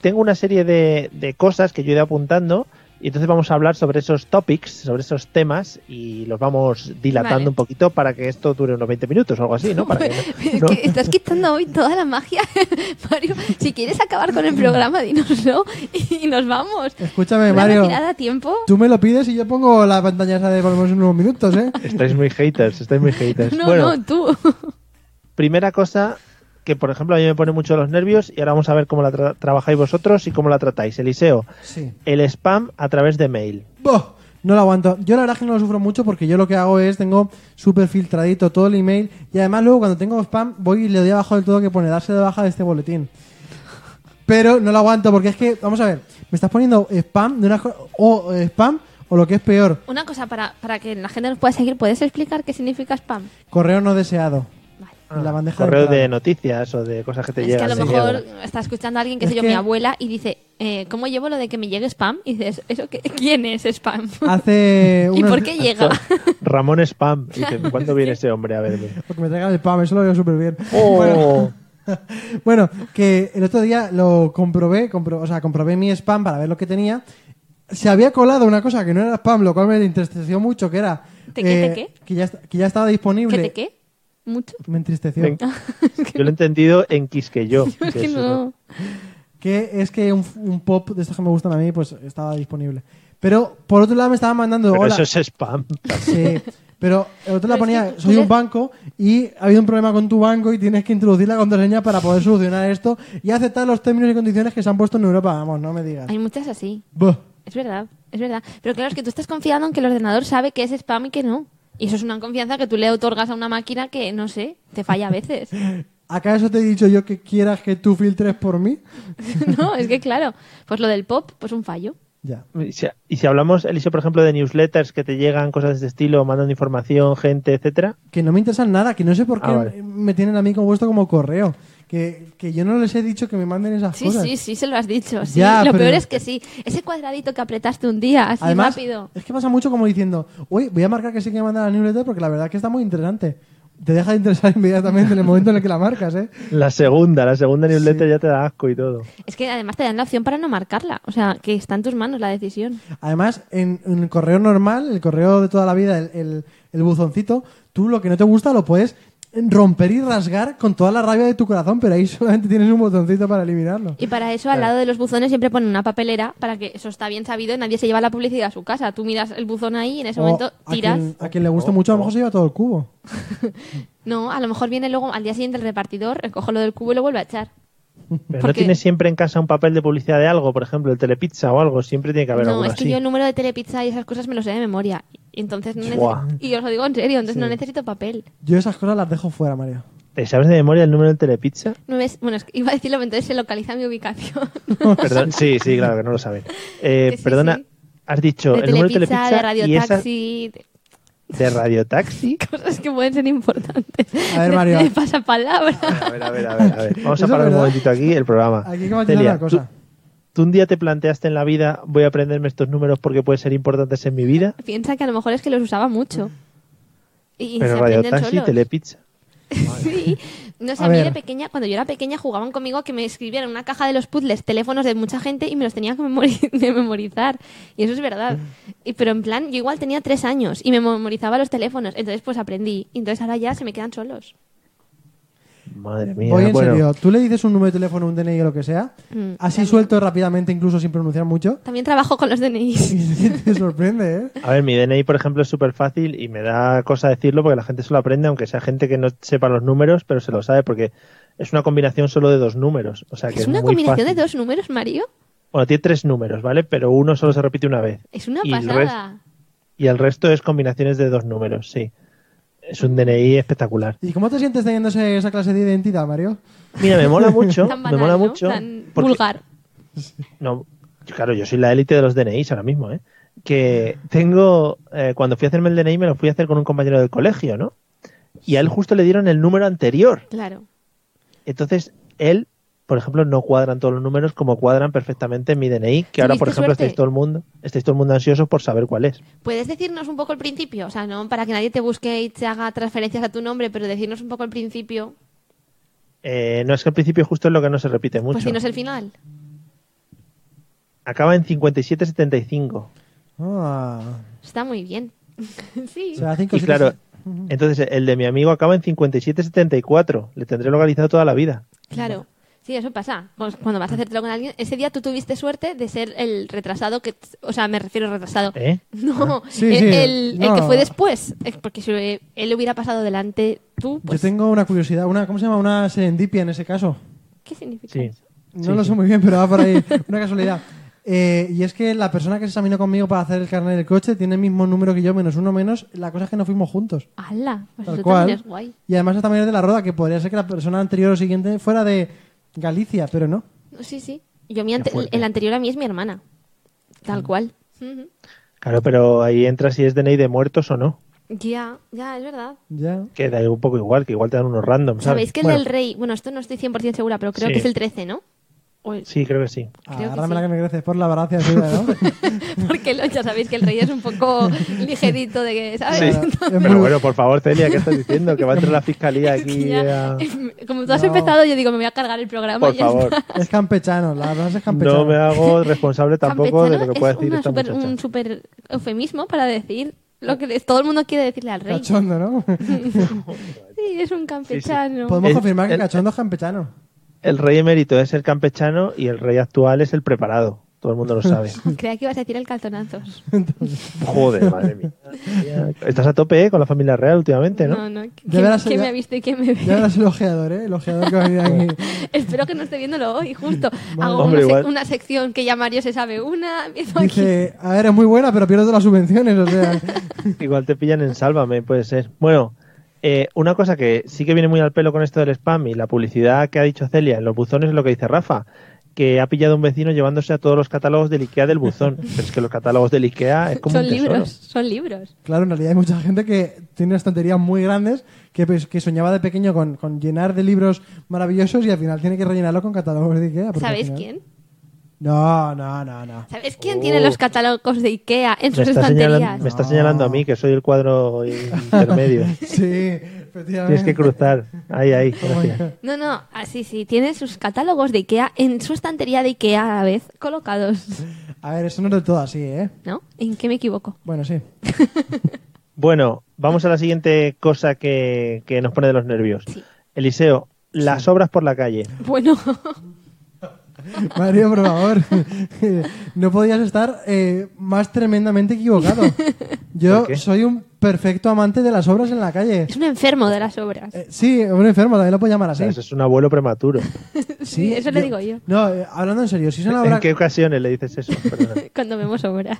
Speaker 1: Tengo una serie de, de cosas que yo he ido apuntando y entonces vamos a hablar sobre esos topics, sobre esos temas y los vamos dilatando
Speaker 4: Vale.
Speaker 1: un poquito para que esto dure unos 20 minutos o algo así, ¿no?
Speaker 4: <laughs>
Speaker 1: Para que no-
Speaker 4: Que estás quitando hoy toda la magia, <laughs> Mario. Si quieres acabar con el programa, dínoslo y nos vamos.
Speaker 3: Escúchame,
Speaker 4: Una
Speaker 3: Mario.
Speaker 4: retirada a tiempo.
Speaker 3: Tú me lo pides y yo pongo la pantalla esa de por lo menos unos minutos,
Speaker 4: <laughs>
Speaker 3: ¿eh?
Speaker 1: Estáis muy haters, estáis muy haters.
Speaker 4: No,
Speaker 1: bueno,
Speaker 4: no, tú.
Speaker 1: primera cosa que, por ejemplo, a mí me pone mucho los nervios y ahora vamos a ver cómo la tra- trabajáis vosotros y cómo la tratáis. Eliseo,
Speaker 3: Sí.
Speaker 1: el spam a través de mail.
Speaker 3: ¡Boh! No lo aguanto. Yo la verdad es que no lo sufro mucho porque yo lo que hago es tengo súper filtradito todo el email y además luego cuando tengo spam voy y le doy abajo del todo que pone darse de baja de este boletín. Pero no lo aguanto porque es que, vamos a ver, me estás poniendo spam de una co- o eh, spam o lo que es peor,
Speaker 4: Una cosa, para, para que la gente nos pueda seguir, ¿puedes explicar qué significa spam?
Speaker 3: correo no deseado.
Speaker 4: Vale.
Speaker 3: En la bandeja de
Speaker 1: Ah, Correo
Speaker 3: entrada.
Speaker 1: de noticias o de cosas que te
Speaker 4: Es que
Speaker 1: llegan.
Speaker 4: a lo
Speaker 1: de
Speaker 4: mejor
Speaker 1: mierda.
Speaker 4: está escuchando a alguien, que
Speaker 3: Es
Speaker 4: sé yo,
Speaker 3: que-
Speaker 4: mi abuela, y dice, eh, ¿cómo llevo lo de que me llegue spam? Y dices, ¿eso qué? <laughs> ¿quién es spam?
Speaker 3: Ah, Hace
Speaker 4: <laughs> ¿Y
Speaker 3: unos-
Speaker 4: por qué <laughs> llega?
Speaker 1: Ramón Spam. Dice, ¿cuándo viene ese hombre a verme?
Speaker 3: Porque me traigan el spam, eso lo veo súper bien.
Speaker 1: Oh.
Speaker 3: <laughs> Bueno, que el otro día lo comprobé, compro- o sea, comprobé mi spam para ver lo que tenía. Se había colado una cosa que no era spam, lo cual me entristeció mucho, que era... eh,
Speaker 4: ¿Te qué, te qué?
Speaker 3: Que ya, est- que ya estaba disponible.
Speaker 4: ¿Qué te qué? ¿Mucho? <laughs>
Speaker 3: Me entristeció.
Speaker 1: Ven- Yo lo he entendido en Quisqueyó.
Speaker 4: Es
Speaker 1: que
Speaker 4: que
Speaker 1: es
Speaker 4: no.
Speaker 3: Que es que un, un pop de estos que me gustan a mí, pues estaba disponible. Pero, por otro lado, me estaban mandando...
Speaker 1: Pero
Speaker 3: "Hola".
Speaker 1: eso es spam.
Speaker 3: Sí, pero el otro la
Speaker 4: Pero es
Speaker 3: ponía,
Speaker 4: que tú
Speaker 3: soy un
Speaker 4: le-
Speaker 3: banco y ha habido un problema con tu banco y tienes que introducir la contraseña para poder solucionar esto y aceptar los términos y condiciones que se han puesto en Europa. Vamos, no me digas.
Speaker 4: Hay muchas así.
Speaker 3: Buh.
Speaker 4: Es verdad, es verdad. Pero claro, es que tú estás confiando en que el ordenador sabe que es spam y que no. Y eso es una confianza que tú le otorgas a una máquina que, no sé, te falla
Speaker 3: <laughs>
Speaker 4: a veces. <laughs>
Speaker 3: ¿Acaso te he dicho yo que quieras que tú filtres por mí?
Speaker 4: no, es que claro, pues lo del pop, pues un fallo.
Speaker 3: Ya.
Speaker 1: Y si, y si hablamos, Eliseo, por ejemplo, de newsletters que te llegan, cosas de este estilo, mandando información, gente, etcétera.
Speaker 3: Que no me interesan nada, que no sé por qué
Speaker 1: Ah, vale.
Speaker 3: me tienen a mí como puesto como correo. Que, que yo no les he dicho que me manden esas
Speaker 4: Sí,
Speaker 3: cosas.
Speaker 4: sí, sí, se lo has dicho. Sí.
Speaker 3: Ya,
Speaker 4: lo
Speaker 3: pero-
Speaker 4: peor es que sí. Ese cuadradito que apretaste un día, así
Speaker 3: Además,
Speaker 4: rápido.
Speaker 3: es que pasa mucho como diciendo, uy, voy a marcar que sí que mandar la newsletter porque la verdad que está muy interesante. Te deja de interesar <laughs> inmediatamente en el momento en el que la marcas, ¿eh?
Speaker 1: La segunda, la segunda newsletter ya te da asco y todo.
Speaker 4: Es que además te dan la opción para no marcarla. O sea, que está en tus manos la decisión.
Speaker 3: Además, en, en el correo normal, el correo de toda la vida, el, el- el buzoncito, tú lo que no te gusta lo puedes romper y rasgar con toda la rabia de tu corazón, pero ahí <laughs> solamente tienes un botoncito para eliminarlo.
Speaker 4: Y para eso, al lado de los buzones siempre ponen una papelera para que eso está bien sabido y nadie se lleva la publicidad a su casa. Tú miras el buzón ahí y en ese
Speaker 1: Oh,
Speaker 3: O
Speaker 4: momento
Speaker 3: a
Speaker 4: tiras.
Speaker 3: quien, a quien le guste mucho, a lo mejor se lleva todo el cubo.
Speaker 4: No, a lo mejor viene luego al día siguiente el repartidor, recoge lo del cubo y lo vuelve a echar.
Speaker 1: Pero
Speaker 4: ¿Por
Speaker 1: no
Speaker 4: qué?
Speaker 1: tienes siempre en casa un papel de publicidad de algo, por ejemplo, el telepizza o algo, siempre tiene que haber
Speaker 4: no,
Speaker 1: alguno
Speaker 4: es que
Speaker 1: así.
Speaker 4: yo el número de telepizza y esas cosas me lo sé de memoria. Y entonces no neces-
Speaker 1: Buah.
Speaker 4: Y os lo digo en serio, entonces no necesito papel.
Speaker 3: Yo esas cosas las dejo fuera, María.
Speaker 1: ¿Te sabes de memoria el número del
Speaker 4: <laughs>
Speaker 1: telepizza?
Speaker 4: No es... Bueno, es que iba a decirlo, pero entonces se localiza mi ubicación.
Speaker 1: Oh, Perdón, sí, sí, claro, que no lo
Speaker 4: <laughs>
Speaker 1: saben. Eh,
Speaker 4: Que sí,
Speaker 1: perdona,
Speaker 4: sí.
Speaker 1: has dicho
Speaker 4: de
Speaker 1: el número de
Speaker 4: telepizza,
Speaker 1: telepizza
Speaker 4: de radio
Speaker 1: y esa-
Speaker 4: taxi, de
Speaker 1: de radiotaxi.
Speaker 4: cosas que pueden ser importantes.
Speaker 3: A ver,
Speaker 4: <laughs> De-
Speaker 3: Mario.
Speaker 4: De, pasapalabra.
Speaker 1: A ver, a ver, a ver, a ver. Vamos a
Speaker 3: Eso
Speaker 1: parar
Speaker 3: es
Speaker 1: un
Speaker 3: verdad.
Speaker 1: momentito aquí el programa.
Speaker 3: Aquí hay que matizar
Speaker 1: Celia,
Speaker 3: una cosa.
Speaker 1: ¿tú, tú un día te planteaste en la vida, voy a aprenderme estos números porque pueden ser importantes en mi vida?
Speaker 4: <laughs> Piensa que a lo mejor es que los usaba mucho. Y
Speaker 1: Pero
Speaker 4: se aprenden
Speaker 1: radiotaxi,
Speaker 4: solos.
Speaker 1: telepizza.
Speaker 4: Sí. No sé,
Speaker 3: A
Speaker 4: a, mí de
Speaker 3: ver.
Speaker 4: pequeña, cuando yo era pequeña, jugaban conmigo que me escribieran una caja de los puzzles, teléfonos de mucha gente y me los tenía que memori- <laughs> de memorizar. Y eso es verdad. Y, pero en plan, yo igual tenía tres años y me memorizaba los teléfonos. Entonces, pues aprendí. Y Entonces ahora ya se me quedan solos.
Speaker 1: Madre mía.
Speaker 3: Voy en
Speaker 1: bueno,
Speaker 3: serio. Tú le dices un número de teléfono, un DNI o lo que sea, así suelto rápidamente, incluso sin pronunciar mucho, <laughs>
Speaker 4: También trabajo con los DNIs.
Speaker 3: y te sorprende, ¿eh?
Speaker 1: A ver, mi DNI, por ejemplo, es súper fácil y me da cosa decirlo porque la gente se lo aprende, aunque sea gente que no sepa los números, pero se lo sabe porque es una combinación solo de dos números. O sea, que
Speaker 4: ¿Es una
Speaker 1: muy
Speaker 4: combinación
Speaker 1: fácil.
Speaker 4: de dos números, Mario?
Speaker 1: Bueno, tiene tres números, ¿vale? Pero uno solo se repite una vez.
Speaker 4: Es una
Speaker 1: Y el
Speaker 4: pasada.
Speaker 1: Y el resto es combinaciones de dos números, sí. Es un DNI espectacular.
Speaker 3: ¿Y cómo te sientes teniendo ese- esa clase de identidad, Mario?
Speaker 1: Mira, me
Speaker 4: <laughs>
Speaker 1: mola mucho.
Speaker 4: Tan
Speaker 1: me
Speaker 4: banal,
Speaker 1: mola
Speaker 4: ¿no?
Speaker 1: mucho.
Speaker 4: Tan
Speaker 1: porque-
Speaker 4: vulgar.
Speaker 1: No, yo, claro, yo soy la élite de los DNIs ahora mismo, ¿eh? Que tengo, eh, cuando fui a hacerme el DNI me lo fui a hacer con un compañero del colegio, ¿no? Y a él justo le dieron el número anterior.
Speaker 4: Claro.
Speaker 1: Entonces, él, por ejemplo, no cuadran todos los números como cuadran perfectamente en mi DNI, que ahora, por
Speaker 4: ¿Tuviste
Speaker 1: ejemplo,
Speaker 4: suerte?
Speaker 1: estáis todo el mundo, estáis todo el mundo ansiosos por saber cuál es.
Speaker 4: ¿Puedes decirnos un poco el principio? O sea, no para que nadie te busque y te haga transferencias a tu nombre, pero decirnos un poco el principio,
Speaker 1: Eh, no es que al principio justo es lo que no se repite mucho.
Speaker 4: pues si no es el final.
Speaker 1: Acaba en 5775.
Speaker 3: Ah,
Speaker 4: Está muy bien. <laughs> sí.
Speaker 3: o sea, cinco,
Speaker 1: Y
Speaker 3: siete,
Speaker 1: claro,
Speaker 3: seis-
Speaker 1: entonces el de mi amigo acaba en 5774. Le tendré localizado toda la vida.
Speaker 4: Claro. Sí, eso pasa. Pues Cuando vas a hacértelo con alguien, ese día tú tuviste suerte de ser el retrasado que, o sea, me refiero retrasado.
Speaker 1: ¿Eh?
Speaker 4: <laughs> No,
Speaker 3: Sí,
Speaker 4: el,
Speaker 3: sí,
Speaker 4: el- el que
Speaker 3: no.
Speaker 4: fue después, Es porque si eh, él hubiera pasado delante tú, pues
Speaker 3: Yo tengo una curiosidad, una, ¿cómo se llama? Una serendipia en ese caso.
Speaker 4: ¿qué significa?
Speaker 1: Sí.
Speaker 4: eso?
Speaker 3: No
Speaker 1: Sí,
Speaker 3: lo sé
Speaker 1: sí.
Speaker 3: muy bien, pero va por ahí. <laughs> Una casualidad. Eh, y es que la persona que se examinó conmigo para hacer el carnet del coche tiene el mismo número que yo, menos uno menos. La cosa es que no fuimos juntos.
Speaker 4: ¡Hala! Pues
Speaker 3: Tal
Speaker 4: eso
Speaker 3: cual.
Speaker 4: también es guay.
Speaker 3: Y además también es de la roda, que podría ser que la persona anterior o siguiente fuera de Galicia, pero no.
Speaker 4: Sí, sí. Yo mi ante-
Speaker 1: fuerte.
Speaker 4: el anterior a mí es mi hermana. Tal
Speaker 3: Mm.
Speaker 4: cual. Ujú.
Speaker 1: Claro, pero ahí entra si es DNI de muertos o no.
Speaker 4: Ya, ya, es verdad.
Speaker 3: Ya.
Speaker 1: Que da un poco igual, que igual te dan unos random. ¿sabes?
Speaker 4: ¿Sabéis que el
Speaker 1: Bueno,
Speaker 4: del rey, bueno, esto no estoy 100% segura, pero creo
Speaker 1: Sí.
Speaker 4: que es el 13, ¿no? O el-
Speaker 1: Sí, creo que sí.
Speaker 4: Creo que
Speaker 3: Agárrame la
Speaker 4: sí.
Speaker 3: que me creces por la varacia suya, ¿no?
Speaker 4: <laughs> Porque lo- ya sabéis que el rey es
Speaker 1: <laughs>
Speaker 4: un poco ligerito de que, ¿sabes?
Speaker 1: Sí.
Speaker 4: <laughs>
Speaker 3: Claro, es
Speaker 1: <laughs>
Speaker 3: muy-
Speaker 1: Pero bueno, por favor, Celia, ¿qué estás diciendo? Que va a entrar la fiscalía aquí.
Speaker 4: Ya, em,
Speaker 1: a-
Speaker 4: como tú has
Speaker 3: No.
Speaker 4: empezado, yo digo, me voy a cargar el programa.
Speaker 1: Por
Speaker 4: y ya <laughs>
Speaker 1: favor.
Speaker 4: está.
Speaker 3: Es campechano, la verdad es que es campechano.
Speaker 1: No me hago responsable tampoco de
Speaker 4: Campechano
Speaker 1: lo que pueda
Speaker 4: es
Speaker 1: decir
Speaker 4: una
Speaker 1: esta
Speaker 4: super-
Speaker 1: muchacha.
Speaker 4: un súper eufemismo para decir lo que les- todo el mundo quiere decirle al rey.
Speaker 3: Cachondo, ¿no?
Speaker 4: Sí, es un campechano.
Speaker 3: Podemos
Speaker 1: El-
Speaker 3: confirmar que
Speaker 1: el-
Speaker 3: cachondo es campechano.
Speaker 1: El rey emérito es el campechano y el rey actual es el preparado. Todo el mundo lo
Speaker 4: <laughs>
Speaker 1: sabe.
Speaker 4: Creía que ibas a decir el calzonazos.
Speaker 1: Joder, madre
Speaker 4: <laughs>
Speaker 1: mía. Estás a tope ¿eh? con la familia real últimamente, ¿no?
Speaker 4: No, no. ¿Quién,
Speaker 3: De veras,
Speaker 4: quién
Speaker 3: ya-
Speaker 4: me ha visto y quién me
Speaker 3: Ya
Speaker 4: ve?
Speaker 3: verás el ojeador, ¿eh? El ojeador que va a
Speaker 1: <laughs>
Speaker 3: venir aquí.
Speaker 4: <laughs> Espero que no esté viéndolo hoy, justo. Hago
Speaker 1: Hombre,
Speaker 4: una, sec-
Speaker 1: igual.
Speaker 4: una sección que ya Mario se sabe una. <laughs> empiezo aquí.
Speaker 3: Dice, a ver, es muy buena, pero pierdo todas las subvenciones, o sea... <laughs>
Speaker 1: Igual te pillan en Sálvame, puede ser. Bueno, eh, una cosa que sí que viene muy al pelo con esto del spam y la publicidad que ha dicho Celia en los buzones es lo que dice Rafa, que ha pillado un vecino llevándose a todos los catálogos del Ikea del
Speaker 4: <laughs>
Speaker 1: buzón. Pero es que los catálogos del Ikea es como
Speaker 4: Son
Speaker 1: un tesoro.
Speaker 4: libros, son libros.
Speaker 3: Claro, en realidad hay mucha gente que tiene estanterías muy grandes que, pues, que soñaba de pequeño con, con llenar de libros maravillosos y al final tiene que rellenarlo con catálogos de Ikea. porque al
Speaker 4: ¿Sabéis
Speaker 3: final-
Speaker 4: quién?
Speaker 3: No, no, no, no.
Speaker 4: ¿Sabéis quién tiene los catálogos de Ikea en
Speaker 1: Oh. Me
Speaker 4: sus
Speaker 1: está, señalan-
Speaker 4: estanterías?
Speaker 1: me está señalando a mí, que soy el cuadro
Speaker 3: <laughs>
Speaker 1: intermedio.
Speaker 3: Sí, efectivamente.
Speaker 1: Tienes que cruzar. Ahí, ahí. gracias.
Speaker 4: No, no, así sí, tiene sus catálogos de Ikea en su estantería de Ikea a la vez colocados.
Speaker 3: A ver, eso no es del todo así, ¿eh?
Speaker 4: ¿No? ¿En qué me equivoco?
Speaker 3: Bueno, sí.
Speaker 1: Bueno, vamos a la siguiente cosa que, que nos pone de los nervios.
Speaker 4: Sí.
Speaker 1: Eliseo, las obras por la calle.
Speaker 4: <laughs> Bueno,
Speaker 3: <laughs>
Speaker 4: <laughs>
Speaker 3: Mario, por favor. <laughs> no podías estar eh, más
Speaker 1: <laughs>
Speaker 3: tremendamente equivocado. Yo
Speaker 1: ¿Por qué?
Speaker 3: soy un perfecto amante de las obras en la calle.
Speaker 4: es un enfermo de las obras. <laughs>
Speaker 3: Eh, sí, un enfermo, también lo puedo llamar
Speaker 1: O
Speaker 3: así.
Speaker 1: sea, eso es un abuelo prematuro.
Speaker 4: Sí, eso le digo yo.
Speaker 3: No, eh, hablando en serio, si es una obra...
Speaker 1: ¿En qué ocasiones le dices
Speaker 3: <laughs>
Speaker 1: eso? Perdona.
Speaker 4: Cuando vemos obras.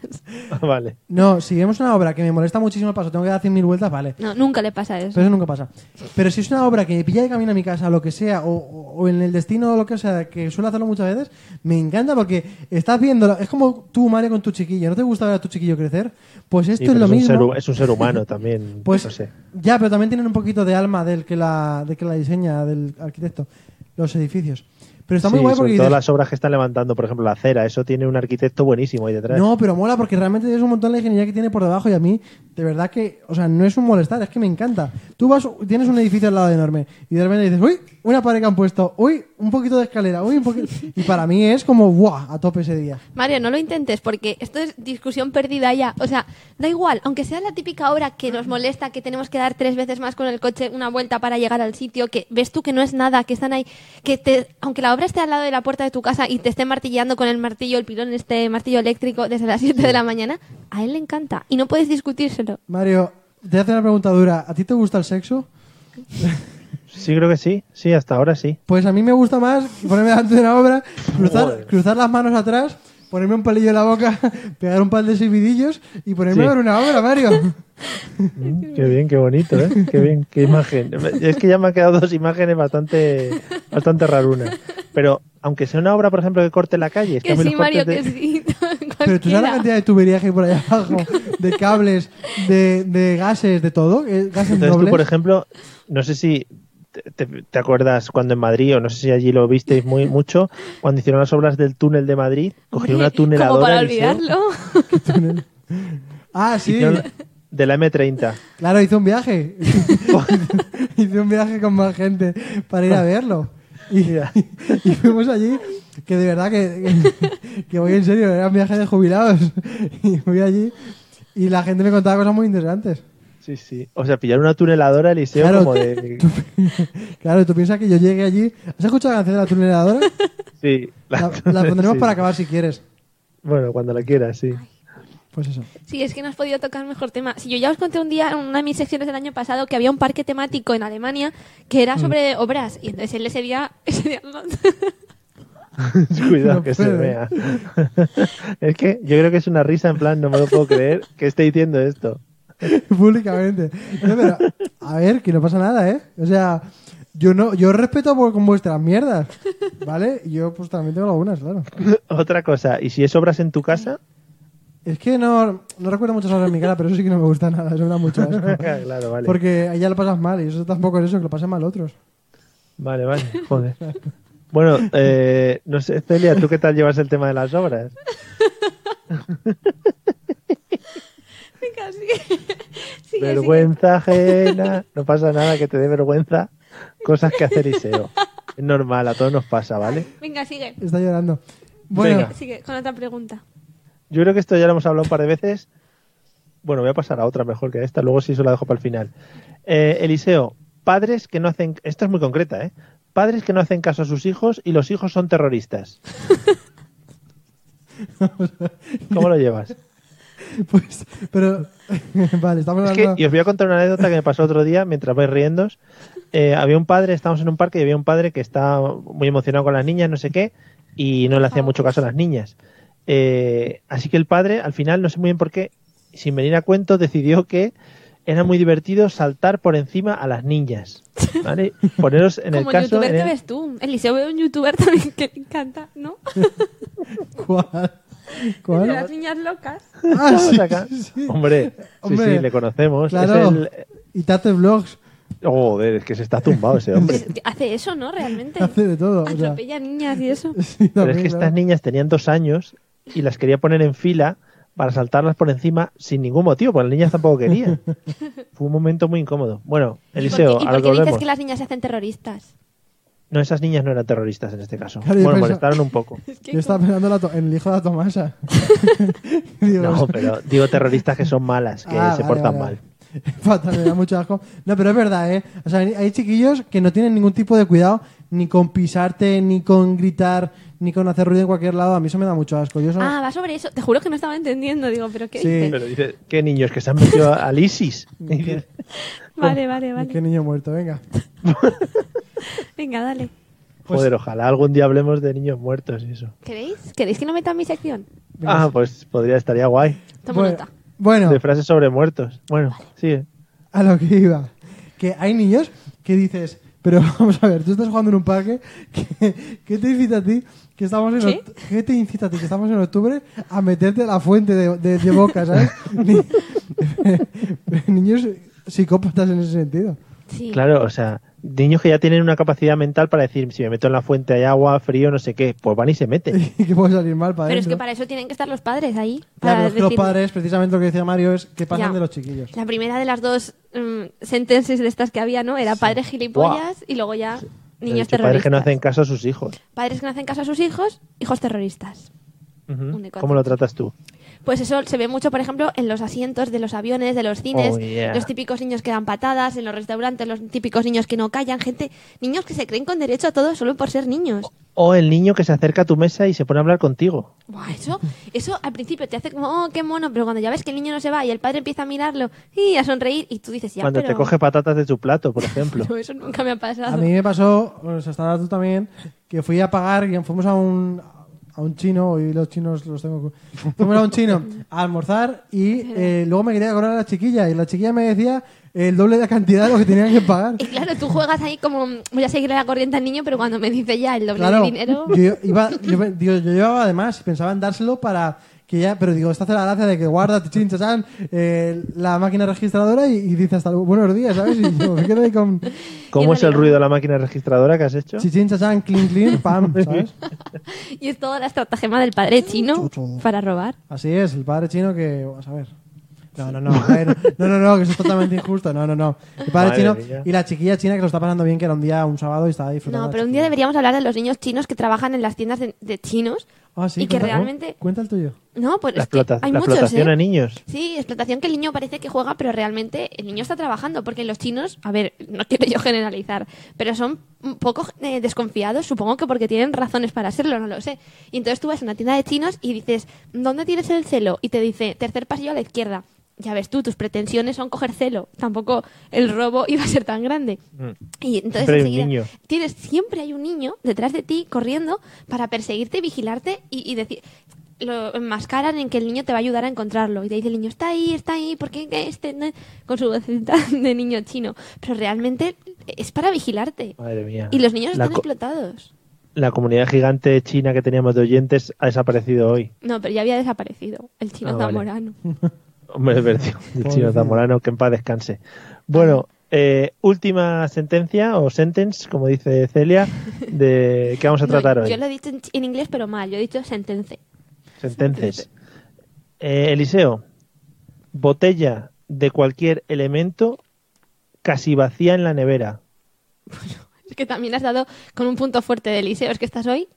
Speaker 1: Ah, vale.
Speaker 3: No, si vemos una obra que me molesta muchísimo el paso, tengo que dar 100.000 vueltas, vale.
Speaker 4: No, nunca le pasa eso.
Speaker 3: Pero eso nunca pasa. Pero si es una obra que me pilla de camino a mi casa, lo que sea, o, o- o en el destino, o lo que sea, que suelo hacerlo muchas veces, me encanta porque estás viéndolo. Es como tú, Mario, con tu chiquillo. ¿No te gusta ver a tu chiquillo crecer? Pues
Speaker 1: Sí,
Speaker 3: esto es
Speaker 1: pero
Speaker 3: lo
Speaker 1: es, un
Speaker 3: mismo.
Speaker 1: ser, hu- es un ser humano
Speaker 3: <laughs>
Speaker 1: también.
Speaker 3: Pues
Speaker 1: no sé.
Speaker 3: ya, pero también tienen un poquito de alma del que la, del que la diseña, del arquitecto, los edificios. Pero está muy
Speaker 1: Sí,
Speaker 3: guay
Speaker 1: sobre
Speaker 3: porque
Speaker 1: todo
Speaker 3: dices,
Speaker 1: las obras que están levantando, por ejemplo, la acera. Eso tiene un arquitecto buenísimo ahí detrás.
Speaker 3: no, pero mola porque realmente es un montón de ingeniería que tiene por debajo y a mí, de verdad que, o sea, no es un molestar, es que me encanta. Tú vas, tienes un edificio al lado enorme y de repente dices, uy, una pared que han puesto, uy, un poquito de escalera, uy, un poquito... Y para mí es como, ¡buah! A tope ese día.
Speaker 4: Mario, no lo intentes porque esto es discusión perdida ya. O sea, da igual, aunque sea la típica hora que nos molesta, que tenemos que dar tres veces más con el coche una vuelta para llegar al sitio, que ves tú que no es nada, que están ahí, que te, aunque la obra esté al lado de la puerta de tu casa y te esté martillando con el martillo, el pilón, este martillo eléctrico desde las 7 de la mañana, a él le encanta y no puedes discutírselo.
Speaker 3: Mario, te hace una pregunta dura. ¿A ti te gusta el sexo?
Speaker 1: Sí, creo que sí. Sí, hasta ahora sí.
Speaker 3: Pues a mí me gusta más ponerme delante de una obra, cruzar,
Speaker 1: Joder.
Speaker 3: cruzar las manos atrás, ponerme un palillo en la boca, <laughs> pegar un par de silbidillos y ponerme
Speaker 1: Sí.
Speaker 3: a ver una obra, Mario.
Speaker 1: Mm, Qué bien, qué bonito, ¿eh? Qué bien, qué imagen. <laughs> Es que ya me han quedado dos imágenes bastante, bastante rarunas. Pero aunque sea una obra, por ejemplo, que corte la calle. Es que,
Speaker 4: Que
Speaker 1: a mí los
Speaker 4: sí, Mario, que
Speaker 1: cortes de-
Speaker 4: sí. <laughs>
Speaker 3: Pero tú sabes la
Speaker 4: cualquiera.
Speaker 3: cantidad de tuberías que hay por allá abajo, de cables, de, de gases, de todo, eh, gases
Speaker 1: Entonces
Speaker 3: nobles.
Speaker 1: tú, por ejemplo, no sé si te, te- te acuerdas cuando en Madrid, o no sé si allí lo visteis
Speaker 3: <laughs>
Speaker 1: muy mucho, cuando hicieron las obras del túnel de Madrid, cogieron una
Speaker 4: Hombre,
Speaker 1: tuneladora
Speaker 4: Como para
Speaker 1: Eliseo,
Speaker 4: olvidarlo.
Speaker 3: Ah, sí,
Speaker 1: hicieron de la M30.
Speaker 3: claro, hice un viaje. <laughs> hice un viaje con más gente para ir a verlo.
Speaker 1: <laughs>
Speaker 3: Y, <laughs> y fuimos allí, que de verdad que, que, <laughs> que voy en serio, era un viaje de jubilados. <laughs> Y fui allí y la gente me contaba cosas muy interesantes.
Speaker 1: Sí, sí. O sea, pillaron una tuneladora Eliseo
Speaker 3: Claro,
Speaker 1: como
Speaker 3: <laughs>
Speaker 1: de...
Speaker 3: tú, claro, tú piensas que yo llegué allí. ¿Has escuchado la canción de la tuneladora?
Speaker 1: Sí, la-
Speaker 3: La, la
Speaker 1: <laughs>
Speaker 3: pondremos
Speaker 1: sí.
Speaker 3: para acabar si quieres.
Speaker 1: Bueno, cuando la quieras, sí.
Speaker 3: Pues eso.
Speaker 4: Sí, es que no has podido tocar mejor tema. Si yo ya os conté un día en una de mis secciones del año pasado que había un parque temático en Alemania que
Speaker 1: Mm.
Speaker 4: era sobre obras y entonces él ese día, <laughs> ese día no-
Speaker 1: <laughs> Cuidado
Speaker 3: No
Speaker 1: que se
Speaker 3: puedo.
Speaker 1: vea. <laughs> es que yo creo que es una risa en plan, no me lo puedo creer que esté diciendo esto. <laughs>
Speaker 3: <laughs> públicamente. No, pero, a ver, que no pasa nada, ¿eh? O sea, yo no, yo respeto por, con vuestras mierdas, ¿vale? Y Yo pues también tengo algunas, claro.
Speaker 1: Otra cosa, ¿y si es obras en tu
Speaker 3: <laughs>
Speaker 1: casa? <laughs>
Speaker 3: Es que no, no recuerdo muchas horas en mi cara, pero eso sí que no me gusta nada, eso me da mucho asco.
Speaker 1: claro, <laughs> vale.
Speaker 3: Porque ahí ya lo pasas mal y eso tampoco es eso, que lo pasen mal otros.
Speaker 1: Vale, vale, joder. Bueno, eh, no sé, Celia, ¿tú qué tal llevas el tema de las obras?
Speaker 4: Casi. <laughs> Sigue, sigue.
Speaker 1: vergüenza ajena, no pasa nada que te dé vergüenza. Cosas que hacer Iseo. Es normal, a todos nos pasa, ¿vale?
Speaker 4: Venga, sigue.
Speaker 3: Está llorando. Bueno,
Speaker 1: Venga.
Speaker 4: Sigue con otra pregunta.
Speaker 1: Yo creo que esto ya lo hemos hablado un par de veces. Bueno, voy a pasar a otra mejor que a esta, luego sí se la dejo para el final. Eh, Eliseo, padres que no hacen. Esta es muy concreta, ¿eh? Padres que no hacen caso a sus hijos y los hijos son terroristas. ¿Cómo lo llevas?
Speaker 3: pues, pero, <laughs> vale, estamos
Speaker 1: Es que,
Speaker 3: hablando...
Speaker 1: y os voy a contar una anécdota que me pasó otro día mientras vais riendo. Eh, había un padre, estábamos en un parque y había un padre que estaba muy emocionado con las niñas, no sé qué, y no le hacía mucho caso a las niñas. Eh, así que el padre, al final, no sé muy bien por qué, sin venir a cuento, decidió que era muy divertido saltar por encima a las niñas. ¿Vale? Poneros en el
Speaker 4: Como
Speaker 1: caso.
Speaker 4: youtuber
Speaker 1: en
Speaker 4: que
Speaker 1: el-
Speaker 4: ves tú. Eliseo veo un youtuber <laughs> también que le encanta, ¿no? <laughs>
Speaker 3: ¿Cuál?
Speaker 4: De
Speaker 3: ¿Cuál?
Speaker 4: las niñas locas.
Speaker 3: Ah, sí,
Speaker 1: Acá.
Speaker 3: sí, sí.
Speaker 1: Hombre, sí,
Speaker 3: Hombre,
Speaker 1: sí, le conocemos.
Speaker 3: claro.
Speaker 1: Es el... Oh,
Speaker 3: Y Tate Vlogs
Speaker 1: Joder, es que se está tumbado ese hombre.
Speaker 4: Pues, hace eso, ¿no?
Speaker 1: <laughs>
Speaker 4: Realmente.
Speaker 3: hace de todo. o sea,
Speaker 4: Atropella niñas y eso.
Speaker 3: <laughs>
Speaker 1: Pero
Speaker 3: sí,
Speaker 1: es
Speaker 3: también,
Speaker 1: que
Speaker 3: claro.
Speaker 1: estas niñas tenían dos años y las quería poner en fila para saltarlas por encima sin ningún motivo, porque las niñas tampoco
Speaker 4: <laughs>
Speaker 1: querían. Fue un momento muy incómodo. Bueno,
Speaker 4: ¿Y
Speaker 1: Eliseo,
Speaker 4: por qué, y
Speaker 1: a
Speaker 4: por
Speaker 1: lo
Speaker 4: qué
Speaker 1: que
Speaker 4: dices
Speaker 1: volvemos.
Speaker 4: que las niñas se hacen terroristas?
Speaker 1: No, esas niñas no eran terroristas en este caso.
Speaker 3: Claro, yo
Speaker 1: bueno,
Speaker 3: pensaba-
Speaker 1: molestaron un
Speaker 4: <laughs>
Speaker 1: poco.
Speaker 3: Yo estaba pensando en la to- en el hijo de la Tomasa. Digo,
Speaker 1: No, pero digo terroristas que son malas, que
Speaker 3: ah,
Speaker 1: se
Speaker 3: vale,
Speaker 1: portan
Speaker 3: vale, vale.
Speaker 1: mal.
Speaker 3: Fatal, me da mucho asco. No, pero es verdad, ¿eh? O sea, hay chiquillos que no tienen ningún tipo de cuidado ni con pisarte, ni con gritar, ni con hacer ruido en cualquier lado. A mí eso me da mucho asco. Yo eso-
Speaker 4: Ah, va sobre eso. Te juro que no estaba entendiendo. Digo, ¿pero qué
Speaker 3: Sí.
Speaker 4: dices?
Speaker 1: Pero dice, ¿qué niños que se han metido a- al
Speaker 4: <laughs>
Speaker 1: ISIS? Dice,
Speaker 4: Vale, vale,
Speaker 3: Qué
Speaker 4: vale.
Speaker 3: niño muerto, venga.
Speaker 4: Venga, dale. pues
Speaker 1: Joder, ojalá algún día hablemos de niños muertos y eso.
Speaker 4: ¿Queréis? ¿Queréis que no meta mi sección?
Speaker 1: Ah, pues podría, estaría guay.
Speaker 4: Toma
Speaker 3: bueno,
Speaker 4: nota.
Speaker 3: bueno,
Speaker 1: De frases sobre muertos. Bueno, sigue.
Speaker 3: a lo que iba. Que hay niños que dices, pero <laughs> vamos a ver, tú estás jugando en un parque, que- ¿qué te incita a ti? Que estamos en
Speaker 4: ¿Qué?
Speaker 3: oct- ¿Qué te incita a ti? Que estamos en octubre a meterte a la fuente de, de- de boca,
Speaker 4: <laughs>
Speaker 3: ¿sabes? Ni- <laughs> niños psicópatas en ese sentido. <laughs>
Speaker 4: Sí.
Speaker 1: Claro, o sea, niños que ya tienen una capacidad mental para decir, si me meto en la fuente hay agua, frío, no sé qué, pues van y se
Speaker 3: <laughs>
Speaker 1: meten.
Speaker 3: Y que puede salir mal para
Speaker 4: Pero es
Speaker 3: adentro.
Speaker 4: que para eso tienen que estar los padres ahí.
Speaker 3: Ya,
Speaker 4: para
Speaker 3: pero es que los
Speaker 4: decir-
Speaker 3: padres, precisamente lo que decía Mario, es que pasan
Speaker 4: Ya.
Speaker 3: de los chiquillos.
Speaker 4: La primera de las dos mm, sentencias de estas que había, ¿no? Era padres gilipollas y luego ya
Speaker 1: He
Speaker 4: niños
Speaker 1: dicho, padres
Speaker 4: terroristas.
Speaker 1: que no hacen caso a sus hijos.
Speaker 4: Padres que no hacen caso a sus hijos, hijos terroristas.
Speaker 1: Ujú.
Speaker 4: Un de cuatro.
Speaker 1: ¿Cómo lo tratas tú?
Speaker 4: Pues eso se ve mucho, por ejemplo, en los asientos de los aviones, de los cines,
Speaker 1: Oh, yeah.
Speaker 4: los típicos niños que dan patadas, en los restaurantes, los típicos niños que no callan, gente, niños que se creen con derecho a todo solo por ser niños.
Speaker 1: O el niño que se acerca a tu mesa y se pone a hablar contigo.
Speaker 4: Buah, eso, eso al principio te hace como, oh, qué mono, pero cuando ya ves que el niño no se va y el padre empieza a mirarlo y a sonreír y tú dices, ya,
Speaker 1: cuando
Speaker 4: pero...
Speaker 1: te coge patatas de tu plato, por
Speaker 4: <laughs>
Speaker 1: ejemplo.
Speaker 4: No, eso nunca me ha <laughs> pasado.
Speaker 3: A mí me pasó, o sea, estará tú también, que fui a pagar y fuimos a un, a un chino, y los chinos los tengo. cu- Fuimos a un chino a almorzar y eh, luego me quería cobrar a la chiquilla y la chiquilla me decía el doble de la cantidad de lo que tenían que pagar.
Speaker 4: <laughs> Y claro, tú juegas ahí como, mm, voy a seguir la corriente al niño, pero cuando me dice ya el doble
Speaker 3: Claro,
Speaker 4: de dinero...
Speaker 3: yo, iba, yo, me- digo, yo llevaba además y pensaba en dárselo para que ya, pero digo, esta hace la gracia de que guarda chin, chachán, eh, la máquina registradora y, y dice hasta luego, buenos días, ¿sabes? Y yo me quedo ahí
Speaker 4: <laughs>
Speaker 3: con
Speaker 1: ¿Cómo es el
Speaker 4: realidad-
Speaker 1: ruido de la máquina registradora que has hecho?
Speaker 3: chichín, chachán, clean, clean, pam, ¿sabes?
Speaker 4: Y es toda la estratagema del padre chino
Speaker 3: Chuchu.
Speaker 4: para robar.
Speaker 3: Así es, el padre chino que. Vas a ver. No, no, no, a ver, no, no, no, que eso es totalmente injusto. No, no, no. El padre
Speaker 1: Madre
Speaker 3: chino
Speaker 1: mía.
Speaker 3: y la chiquilla china que lo está pasando bien, que era un día, un sábado y estaba disfrutando.
Speaker 4: No,
Speaker 3: la
Speaker 4: pero un día
Speaker 3: chiquilla.
Speaker 4: deberíamos hablar de los niños chinos que trabajan en las tiendas de, de chinos
Speaker 3: Ah, sí,
Speaker 4: y que
Speaker 3: cuenta-
Speaker 4: realmente...
Speaker 3: Cuenta el tuyo.
Speaker 4: No, pues
Speaker 1: La,
Speaker 4: es que
Speaker 1: explota-
Speaker 4: hay
Speaker 1: la
Speaker 4: muchos,
Speaker 1: explotación
Speaker 4: ¿eh?
Speaker 1: a niños.
Speaker 4: Sí, explotación que el niño parece que juega, pero realmente el niño está trabajando, porque los chinos, a ver, no quiero yo generalizar, pero son un poco eh, desconfiados, supongo que porque tienen razones para serlo, no lo sé. Y entonces tú vas a una tienda de chinos y dices, ¿dónde tienes el celo? Y te dice, tercer pasillo a la izquierda. Ya ves tú, tus pretensiones son coger celo. Tampoco el robo <laughs> iba a ser tan grande. Y entonces
Speaker 1: Siempre hay un
Speaker 4: enseguida
Speaker 1: niño.
Speaker 4: tienes, siempre hay un niño detrás de ti corriendo para perseguirte, vigilarte y, y decir lo enmascaran en que el niño te va a ayudar a encontrarlo y te dice el niño está ahí, está ahí, porque este no?" con su vocecita <laughs> de niño chino, pero realmente es para vigilarte.
Speaker 1: Madre mía.
Speaker 4: Y los niños
Speaker 1: la,
Speaker 4: están
Speaker 1: co-
Speaker 4: explotados.
Speaker 1: la comunidad gigante china que teníamos de oyentes ha desaparecido hoy.
Speaker 4: No, pero ya había desaparecido el chino
Speaker 1: Ah, vale.
Speaker 4: zamorano.
Speaker 1: Hombre, es
Speaker 3: <laughs>
Speaker 1: verdad, el chino
Speaker 3: Pobrecillo.
Speaker 1: zamorano, que en paz descanse. Bueno, eh, última sentencia o sentence, como dice Celia, de que vamos a
Speaker 4: No,
Speaker 1: tratar
Speaker 4: yo
Speaker 1: hoy.
Speaker 4: lo he dicho en, chi- en inglés pero mal, yo he dicho sentence.
Speaker 1: Sentences. Eh, Eliseo, botella de cualquier elemento casi vacía en la nevera.
Speaker 4: Es que también has dado con un punto fuerte de Eliseo, es que estás hoy.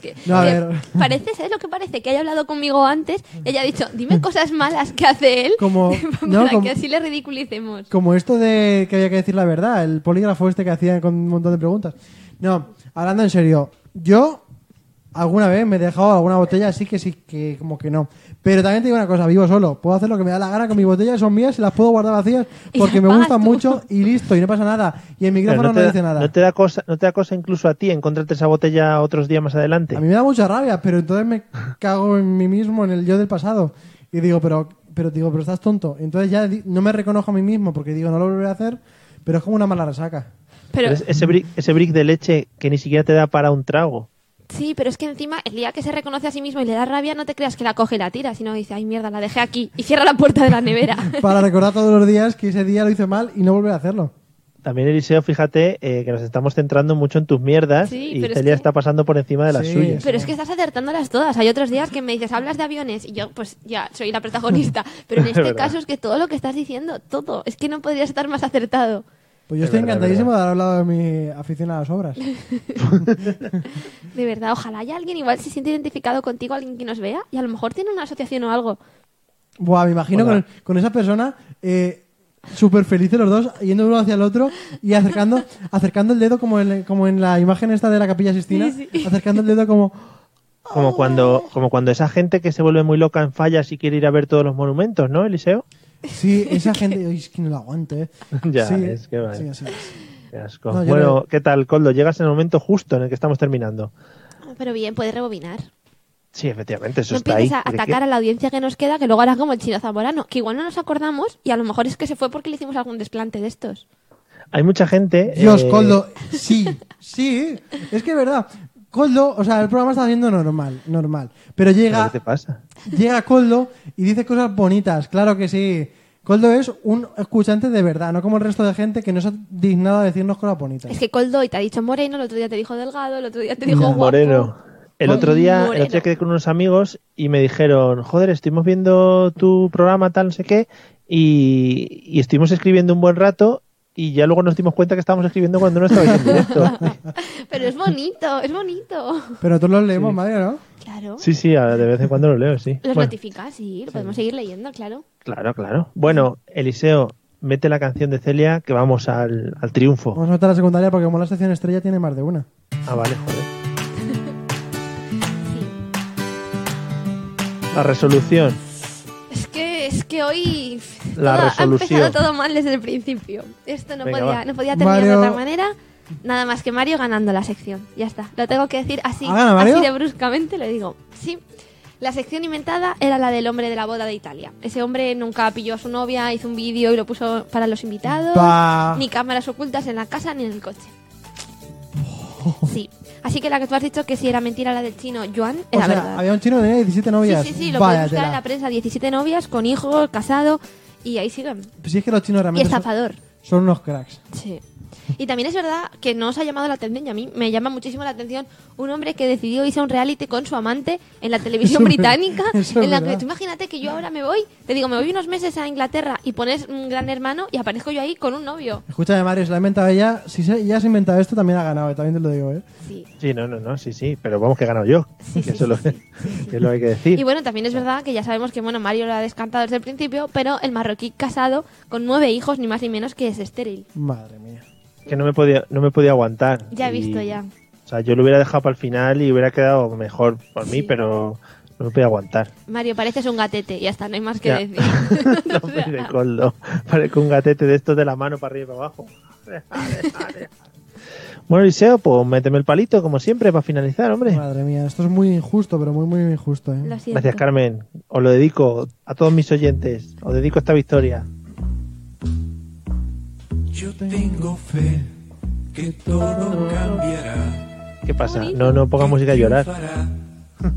Speaker 4: que-
Speaker 3: No, a
Speaker 4: que
Speaker 3: ver.
Speaker 4: Parece, ¿sabes lo que parece? Que haya hablado conmigo antes y haya dicho, dime cosas malas que hace <laughs> él
Speaker 3: Como-
Speaker 4: para
Speaker 3: no, como-
Speaker 4: que así le ridiculicemos.
Speaker 3: Como esto de que había que decir la verdad, el polígrafo este que hacía con un montón de preguntas. No, hablando en serio, yo alguna vez me he dejado alguna botella así que sí, que como que no. Pero también te digo una cosa, vivo solo, puedo hacer lo que me da la gana con mis botellas, son mías y las puedo guardar vacías
Speaker 4: Y
Speaker 3: porque
Speaker 4: las
Speaker 3: me
Speaker 4: pagas
Speaker 3: gustan
Speaker 4: tú.
Speaker 3: mucho y listo, y no pasa nada. Y
Speaker 1: Pero
Speaker 3: el micrófono no,
Speaker 1: te da-
Speaker 3: dice nada.
Speaker 1: no te da cosa, no te da cosa incluso a ti encontrarte esa botella otros días más adelante.
Speaker 3: A mí me da mucha rabia, pero entonces me cago en mí mismo, en el yo del pasado. Y digo, pero, pero digo, pero estás tonto. Entonces ya di- no me reconozco a mí mismo porque digo, no lo volveré a hacer, pero es como una mala resaca.
Speaker 4: Pero,
Speaker 1: Pero es- ese, brick, ese brick de leche que ni siquiera te da para un trago.
Speaker 4: sí, pero es que encima el día que se reconoce a sí mismo y le da rabia, no te creas que la coge y la tira, sino dice, ay mierda, la dejé aquí y cierra la puerta de
Speaker 3: <laughs>
Speaker 4: la nevera.
Speaker 3: Para recordar todos los días que ese día lo hice mal y no volver a hacerlo.
Speaker 1: También, Eliseo, fíjate eh, que nos estamos centrando mucho en tus mierdas
Speaker 4: Sí,
Speaker 1: y
Speaker 4: pero es
Speaker 1: Celia
Speaker 4: que-
Speaker 1: está pasando por encima de las
Speaker 3: Sí.
Speaker 1: suyas.
Speaker 4: Pero es que estás acertándolas todas. Hay otros días que me dices, hablas de aviones y yo, pues ya, soy
Speaker 3: <laughs>
Speaker 4: la protagonista. Pero en
Speaker 1: Es
Speaker 4: este
Speaker 1: verdad.
Speaker 4: caso es que todo lo que estás diciendo, todo, es que no podrías estar más acertado.
Speaker 3: Pues yo
Speaker 1: Es
Speaker 3: estoy
Speaker 1: verdad,
Speaker 3: encantadísimo
Speaker 1: es
Speaker 3: de haber hablado de mi afición a
Speaker 1: <laughs>
Speaker 3: las obras.
Speaker 4: De verdad, ojalá haya alguien igual se siente identificado contigo, alguien que nos vea y a lo mejor tiene una asociación o algo.
Speaker 3: Buah, me imagino
Speaker 1: Hola.
Speaker 3: con, con esa persona eh, súper felices los dos, yendo uno hacia el otro
Speaker 1: <laughs>
Speaker 3: y acercando, acercando el dedo como en, como en la imagen esta de la capilla Sistina, acercando el dedo como...
Speaker 1: Como cuando, como cuando esa gente que se vuelve muy loca en fallas y quiere ir a ver todos los monumentos, ¿no, Eliseo? <laughs>
Speaker 3: Sí, esa gente... "Uy, es que no la aguanto, ¿eh?
Speaker 1: Ya,
Speaker 3: Sí,
Speaker 1: es que Eh, vale.
Speaker 3: sí, o sea,
Speaker 1: Qué asco.
Speaker 3: No, yo
Speaker 1: bueno,
Speaker 3: no-
Speaker 1: ¿qué tal, Coldo? Llegas en el momento justo en el que estamos terminando.
Speaker 4: Pero bien, puedes rebobinar.
Speaker 1: Sí, efectivamente, eso
Speaker 4: no
Speaker 1: está ahí.
Speaker 4: empieces a
Speaker 1: ¿De qué?
Speaker 4: atacar a la audiencia que nos queda, que luego harás como el chino zamorano, que igual no nos acordamos y a lo mejor es que se fue porque le hicimos algún desplante de estos.
Speaker 1: Hay mucha gente.
Speaker 3: Dios,
Speaker 1: eh,
Speaker 3: Coldo, sí, sí, es que es verdad. Coldo, o sea, el programa está haciendo normal, normal. Pero
Speaker 1: ¿pero
Speaker 3: llega,
Speaker 1: ¿Qué te pasa?
Speaker 3: llega Coldo y dice cosas bonitas, claro que sí. Coldo es un escuchante de verdad, no como el resto de gente que no se ha dignado a decirnos cosas bonitas.
Speaker 4: Es que Coldoy te ha dicho moreno, el otro día te dijo delgado, el otro día te dijo guapo.
Speaker 1: Moreno. El otro, día, el
Speaker 4: Moreno.
Speaker 1: otro día quedé con unos amigos y me dijeron, joder, estuvimos viendo tu programa tal, no sé qué, y, y estuvimos escribiendo un buen rato y ya luego nos dimos cuenta que estábamos escribiendo cuando no estabais en
Speaker 4: <laughs>
Speaker 1: directo.
Speaker 4: Pero es bonito, es bonito.
Speaker 3: Pero todos los leemos, madre, ¿no?
Speaker 4: Claro.
Speaker 1: Sí, sí, ahora de vez en cuando lo leo, sí.
Speaker 4: Los
Speaker 1: Bueno,
Speaker 4: notifica, sí, lo podemos seguir leyendo, claro.
Speaker 1: claro, claro. Bueno, Eliseo, mete la canción de Celia que vamos al, al triunfo.
Speaker 3: Vamos a meter la secundaria porque como la sección estrella tiene más de una.
Speaker 1: Ah, vale, joder.
Speaker 4: Sí.
Speaker 1: La resolución.
Speaker 4: Es que, es que hoy pf,
Speaker 1: La
Speaker 4: todo-
Speaker 1: resolución.
Speaker 4: ha empezado todo mal desde el principio. Esto no,
Speaker 1: Venga, va.
Speaker 4: podía, no podía terminar
Speaker 3: Mario-
Speaker 4: de otra manera. Nada más que Mario ganando la sección. Ya está. Lo tengo que decir así,
Speaker 3: ¿Ha ganado Mario?
Speaker 4: así de bruscamente, lo digo. Sí. La sección inventada era la del hombre de la boda de Italia. Ese hombre nunca pilló a su novia, hizo un vídeo y lo puso para los invitados.
Speaker 3: Pa.
Speaker 4: Ni cámaras ocultas en la casa ni en el coche.
Speaker 3: Oh.
Speaker 4: Sí. Así que la que tú has dicho que si era mentira la del chino Joan,
Speaker 3: O
Speaker 4: era
Speaker 3: sea,
Speaker 4: verdad.
Speaker 3: había un chino que tenía 17
Speaker 4: Sí,
Speaker 3: novias.
Speaker 4: sí, sí, lo
Speaker 3: Vaya
Speaker 4: puedes buscar en
Speaker 3: tela.
Speaker 4: la prensa. 17 novias, con hijos, casado, y ahí siguen.
Speaker 3: Pues sí es que los chinos
Speaker 4: Y
Speaker 3: realmente son,
Speaker 4: estafador.
Speaker 3: son unos cracks.
Speaker 4: Sí. Y también es verdad que no os ha llamado la atención, y a mí me llama muchísimo la atención, un hombre que decidió irse a un reality con su amante en la
Speaker 3: <laughs>
Speaker 4: televisión
Speaker 3: Eso es
Speaker 4: británica.
Speaker 3: verdad, eso es
Speaker 4: en la
Speaker 3: verdad.
Speaker 4: que, tú imagínate que yo ahora me voy, te digo, me voy unos meses a Inglaterra y pones un gran hermano y aparezco yo ahí con un novio.
Speaker 3: Escúchame, Mario, se la ha inventado ella. Si se- ella se ha inventado esto, también ha ganado, eh, también te lo digo, ¿eh?
Speaker 4: Sí.
Speaker 1: Sí, no, no, no, sí, sí, pero vamos que he ganado yo.
Speaker 4: Sí,
Speaker 1: que
Speaker 4: sí,
Speaker 1: eso es lo,
Speaker 4: sí,
Speaker 1: <laughs> que es lo que hay que decir.
Speaker 4: Y bueno, también es verdad que ya sabemos que bueno Mario lo ha descantado desde el principio, pero el marroquí casado con nueve hijos, ni más ni menos que es estéril.
Speaker 3: Madre mía.
Speaker 1: que no me podía, no me podía aguantar.
Speaker 4: Ya he
Speaker 1: Y,
Speaker 4: visto ya.
Speaker 1: O sea, yo lo hubiera dejado para el final y hubiera quedado mejor por mí,
Speaker 4: Sí.
Speaker 1: pero no me podía aguantar. <laughs>
Speaker 4: Mario, pareces un gatete y hasta no hay más que
Speaker 1: Ya.
Speaker 4: decir.
Speaker 1: no,
Speaker 4: O sea,
Speaker 1: hombre, Coldo. Parezco un gatete de estos de la mano para arriba y para abajo. bueno, Eliseo, pues méteme el palito, como siempre, para finalizar, hombre.
Speaker 3: Madre mía, esto es muy injusto, pero muy, muy injusto, ¿eh?
Speaker 4: lo siento.
Speaker 1: Gracias, Carmen. Os lo dedico a todos mis oyentes. Os dedico esta victoria.
Speaker 6: Yo tengo fe que todo cambiará.
Speaker 1: ¿Qué pasa? No, no ponga música a llorar.
Speaker 6: triunfará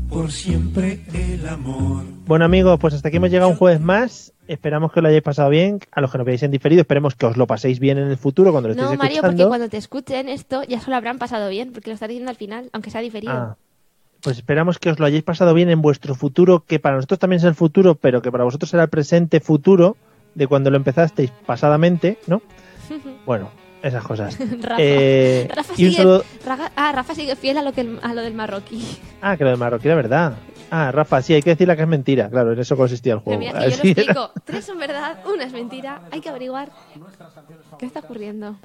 Speaker 6: Por siempre el amor.
Speaker 1: Bueno amigos, pues hasta aquí hemos llegado un jueves más. Esperamos que os lo hayáis pasado bien. A los que nos veáis en diferido, esperemos que os lo paséis bien en el futuro cuando lo estéis
Speaker 4: No, Mario, porque
Speaker 1: escuchando.
Speaker 4: cuando te escuchen esto ya se lo habrán pasado bien, porque lo estás diciendo al final, aunque sea diferido.
Speaker 1: Ah, pues esperamos que os lo hayáis pasado bien en vuestro futuro, que para nosotros también es el futuro, pero que para vosotros será el presente futuro de cuando lo empezasteis pasadamente,
Speaker 4: <laughs>
Speaker 1: ¿no? Bueno, esas cosas.
Speaker 4: <laughs> Rafa.
Speaker 1: Eh,
Speaker 4: <laughs> Rafa
Speaker 1: y un
Speaker 4: sigue,
Speaker 1: saludo-
Speaker 4: Rafa- ah, Rafa sigue fiel a lo, que el- a lo del marroquí.
Speaker 1: Ah, que lo de Marroquí era verdad. Ah, Rafa, sí, hay que decir la que es mentira. Claro, en eso consistía el
Speaker 4: Pero
Speaker 1: juego.
Speaker 4: mira, que yo lo
Speaker 1: <laughs> Así era.
Speaker 4: explico. Tres son verdad, una es mentira. Hay que averiguar qué está ocurriendo.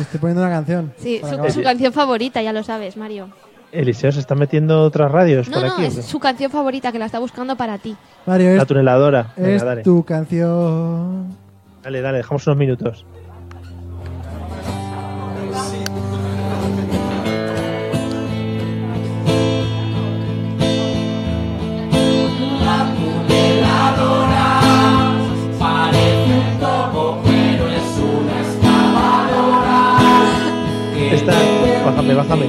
Speaker 3: Estoy poniendo una canción.
Speaker 4: Sí,
Speaker 3: para
Speaker 4: su,
Speaker 3: acabar.
Speaker 4: su canción favorita, ya lo sabes, Mario.
Speaker 1: Eliseo se está metiendo otras radios
Speaker 4: No,
Speaker 1: por
Speaker 4: no,
Speaker 1: aquí. ¿o
Speaker 4: es
Speaker 1: qué?
Speaker 4: su canción favorita que la está buscando para ti.
Speaker 3: Mario,
Speaker 1: La
Speaker 3: es,
Speaker 1: tuneladora. Venga,
Speaker 3: es
Speaker 1: dale.
Speaker 3: tu canción.
Speaker 1: Dale, dale, dejamos unos minutos. Esta, bájame, bájame.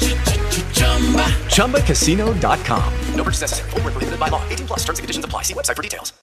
Speaker 7: ChumbaCasino.com. No purchase necessary, forward prohibited by law, 18 plus terms and conditions apply. See website for details.